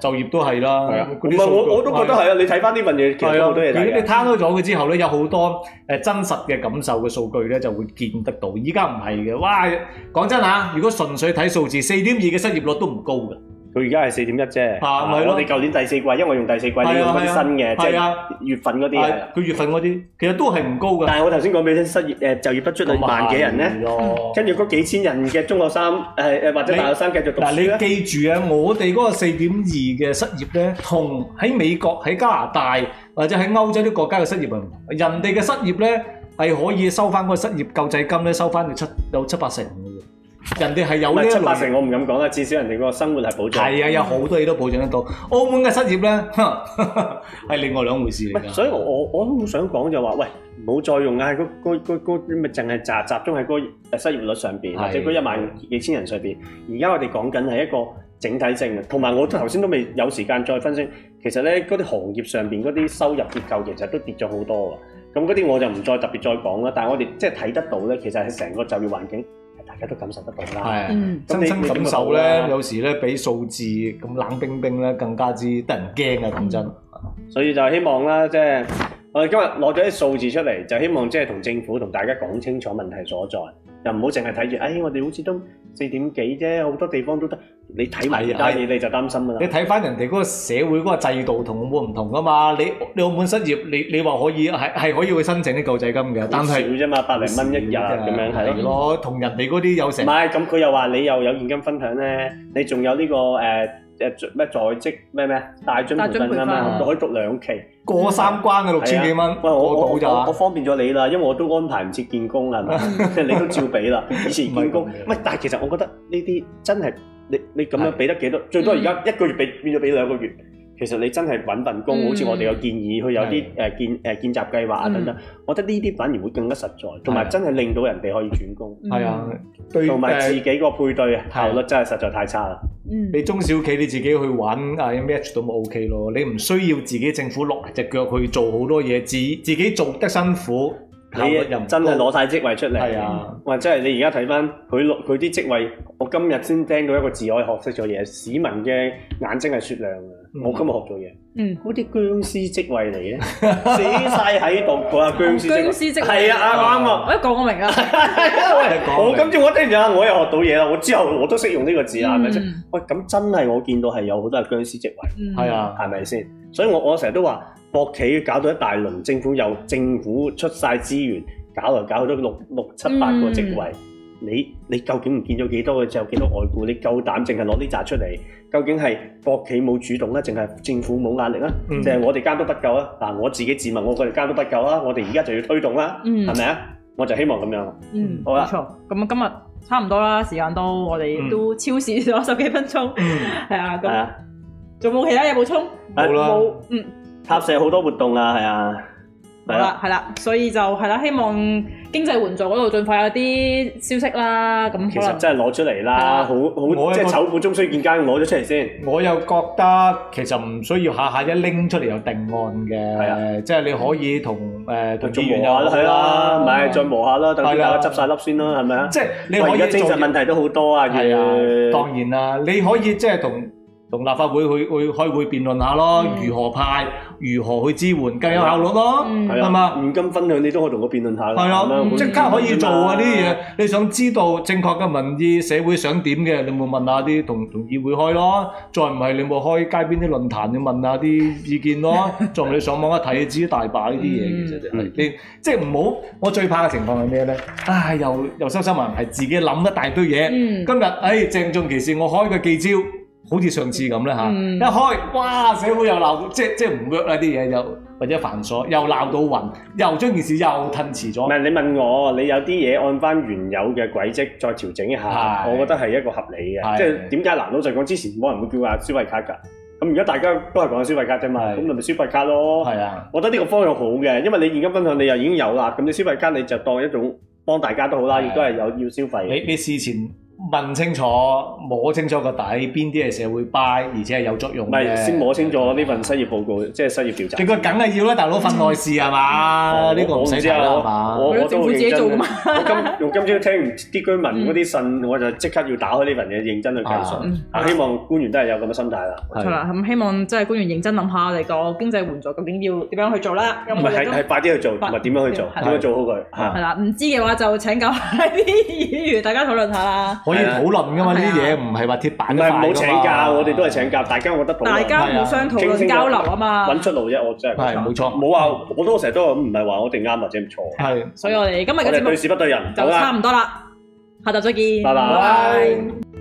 就業都係啦。係啊，唔嗰啲係數據我我都覺得係啊！你睇翻呢份嘢，其實係都啊，好多嘢如果你睇攤嘅。開咗佢之後咧，有好多誒真實嘅感受嘅數據咧，就會見得到。依家唔係嘅，哇！講真嚇，如果純粹睇數字，四點二嘅失業率都唔高嘅。佢而家係四點一啫，啊咪係咯我哋舊年第四季，因為我用第四季，你係用啊嗰啲新嘅，即係係啊，月份嗰啲係啊。佢月份嗰啲其實都係唔高嘅。但係我頭先講俾你聽，失業誒就業不足率萬幾人咧，咧跟住嗰幾千人嘅中學生誒誒或者大學生繼續讀嗱，書咧，你記住啊，我哋嗰個四點二嘅失業咧，同喺美國、喺加拿大或者喺歐洲啲國家嘅失業係唔同。人哋嘅失業咧係可以收翻個失業救濟金咧，收翻七有七八成嘅喎。人哋係有唔呢一係七八類成我唔敢講啦，至少人哋個生活係保障。係啊，有好多嘢都保障得到。澳門嘅失業 咧，哼係另外兩回事嚟喂㗎。所以我我我都好想講就話，喂，唔好再用嗌嗰嗰嗰嗰咪淨係集集中喺嗰個失業率上邊，係或者嗰一萬幾千人上邊。而家我哋講緊係一個整體性嘅，同埋我頭先都未有時間再分析。其實咧，嗰啲行業上邊嗰啲收入結構其實都跌咗好多㗎。咁嗰啲我就唔再特別再講啦。但係我哋即係睇得到咧，其實係成個就業環境，大家都感受得到啦。係啊嗯，親身咁你感受你點咧啊，有時咧比數字咁冷冰冰咧更加之得人驚啊！講真，嗯所以就希望啦，即係我哋今日攞咗啲數字出嚟，就希望即係同政府同大家講清楚問題所在，又唔好淨係睇住，哎，我哋好似都四點幾啫，好多地方都得。你睇埋其他嘢你就擔心㗎你啦。睇翻人哋嗰個社會嗰個制度同澳門唔同㗎嘛？你你澳門失業，你你話可以係係可以去申請啲救濟金嘅，但好少啊係啊啫嘛，百零蚊一日咁樣係咯。係咯，同人哋嗰啲有成唔係，咁佢又話你又有現金分享咧，你仲有呢、個誒誒咩在職咩咩大專培大專訓啊培嘛，訓可以讀兩期。過三關嘅六千幾蚊啊喂，我我過我到我咋？方便咗你啦，因為我都安排唔切見工啊啦，係咪？即係你都照俾啦。以前見工，唔係咁嘅唔係，但係其實我覺得呢啲真係你你咁樣係俾得幾多？最多而家一個月俾變咗俾兩個月。其實你真係揾份工，嗯好似我哋有建議，佢有啲係嗯誒見誒見習計劃啊等等，我覺得呢啲反而會更加實在，同埋係真係令到人哋可以轉工，係啊，對嗯同埋自誒。己個配對啊係效率真係實在太差啦。嗯，你中小企你自己去揾啊 match 到咪 OK 咯，你唔需要自己政府落隻腳去做好多嘢，自自己做得辛苦，效你率又唔高真係攞晒職位出係嚟，啊，或者係你而家睇翻佢錄佢啲職位，我今日先聽到一個字，我係學識咗嘢。市民嘅眼睛係雪亮嘅，嗯我今日學咗嘢。嗯，嗰啲僵屍職位嚟嘅，死晒喺度嗰個僵屍職位。僵屍職位係啊，啱啊。我一講我明啊，係啊，講喂，我今朝我聽完啊，我又學到嘢啦，我之後我都識用呢個字啦，係咪先？嗯喂，咁真係我見到係有好多係僵屍職位。嗯係啊，係咪先？所以我我成日都話博企搞到一大輪，政府又政府出晒資源，搞嚟搞去都六六七八個職位。你你究竟唔見咗幾多嘅？有幾多外僱？你夠膽淨係攞呢扎出嚟？究竟係博企冇主動咧，啊淨係政府冇壓力啊啦？嗯定係我哋監督不夠啊？嗱，我自己自問，我哋監督不夠啦，我哋而家就要推動啦，嗯係咪啊？我就希望咁樣。嗯，好啦冇錯。咁今日差唔多啦，時間都我哋都超時咗十幾分鐘，係啊。係咁啊，仲冇其他嘢補充？冇啦冇，嗯。塔社好多活動啊，係啊，好啦，係啦，所以就係啦，希望經濟援助嗰度盡快有啲消息啦。咁其可實能真係攞出嚟啦，好好我即有係個醜婦終須見家，攞咗出嚟先。我又覺得其實唔需要下下一拎出嚟就定係啊嗯案嘅，即係你可以同誒同仲議磨員下啦，又係啦，咪再磨下啦，等啲係大啦家執晒粒先啦，係咪啊？即係你喂可而家以精做神問題都好多啊，係啊，要當然啦，你可以即係同同立法會去去開會辯論下咯，嗯如何派，如何去支援，更有效率咯，嗯係啊係嘛？現金分享你都可以同我辯論下㗎係咁樣啊，好即刻可以做嗯啊呢啲嘢。你想知道正確嘅民意，社會想點嘅，你咪問下啲同同議會開咯。再唔係你咪開街邊啲論壇，你問下啲意見 咯。再唔係你上網一睇，知大把呢啲嘢其實就係嗯你即係唔好。我最怕嘅情況係咩咧？啊，又又收收埋埋，自己諗一大堆嘢。嗯今日誒鄭重其事，我開個記招，好似上次咁啦嚇，嗯一開哇社會又鬧，即即唔 work 啦啲嘢又或者繁瑣，又鬧到暈，又將件事又褪遲唔咗。係你問我，你有啲嘢按翻原有嘅軌跡再調整一下，係我覺得係一個合理嘅。係即係點解嗱？老實講，之前冇人會叫話消費卡㗎，咁而家大家都係講消費卡啫嘛，係咁你咪消費卡咯。係啊，我覺得呢個方向好嘅，因為你現金分享你又已經有啦，咁你消費卡你就當一種幫大家都好啦，係亦都係有要消費嘅。你你事前問清楚、摸清楚個底，邊啲係社會 buy，而且係有作用唔嘅係先摸清楚呢份失業報告，即係失業調查你。個梗係要啦，大佬份內事係嘛？哦啊呢個唔使睇啦我係嘛？我我政都府好自己認做噶真嘛嘅。我 今用今朝聽完啲居民嗰啲信，我就即刻要打開呢份嘢，認真去計數。嗯啊，希望官員都係有咁嘅心態啦。冇錯啦，咁希望即係官員認真諗下我哋個經濟援助究竟要點樣去做啦。咁唔我係哋係都係快啲去做，同埋點樣去做，係點樣做好佢係嚇。啦，唔知嘅話就請教下啲議員，大家討論下啦。可以討論噶嘛？呢啲係嘢啊唔係話鐵板唔一係塊㗎唔嘛好請假，我哋都係請假，大家我覺得討論大家互相討論交流啊嘛。揾出路啫，我真係覺係得冇錯，冇話，我都成日都話唔係話我哋啱或者唔錯，係。所以我哋今日我嘅節哋目對事不對人，好啊就差啦，唔多啦，下集再見，拜拜。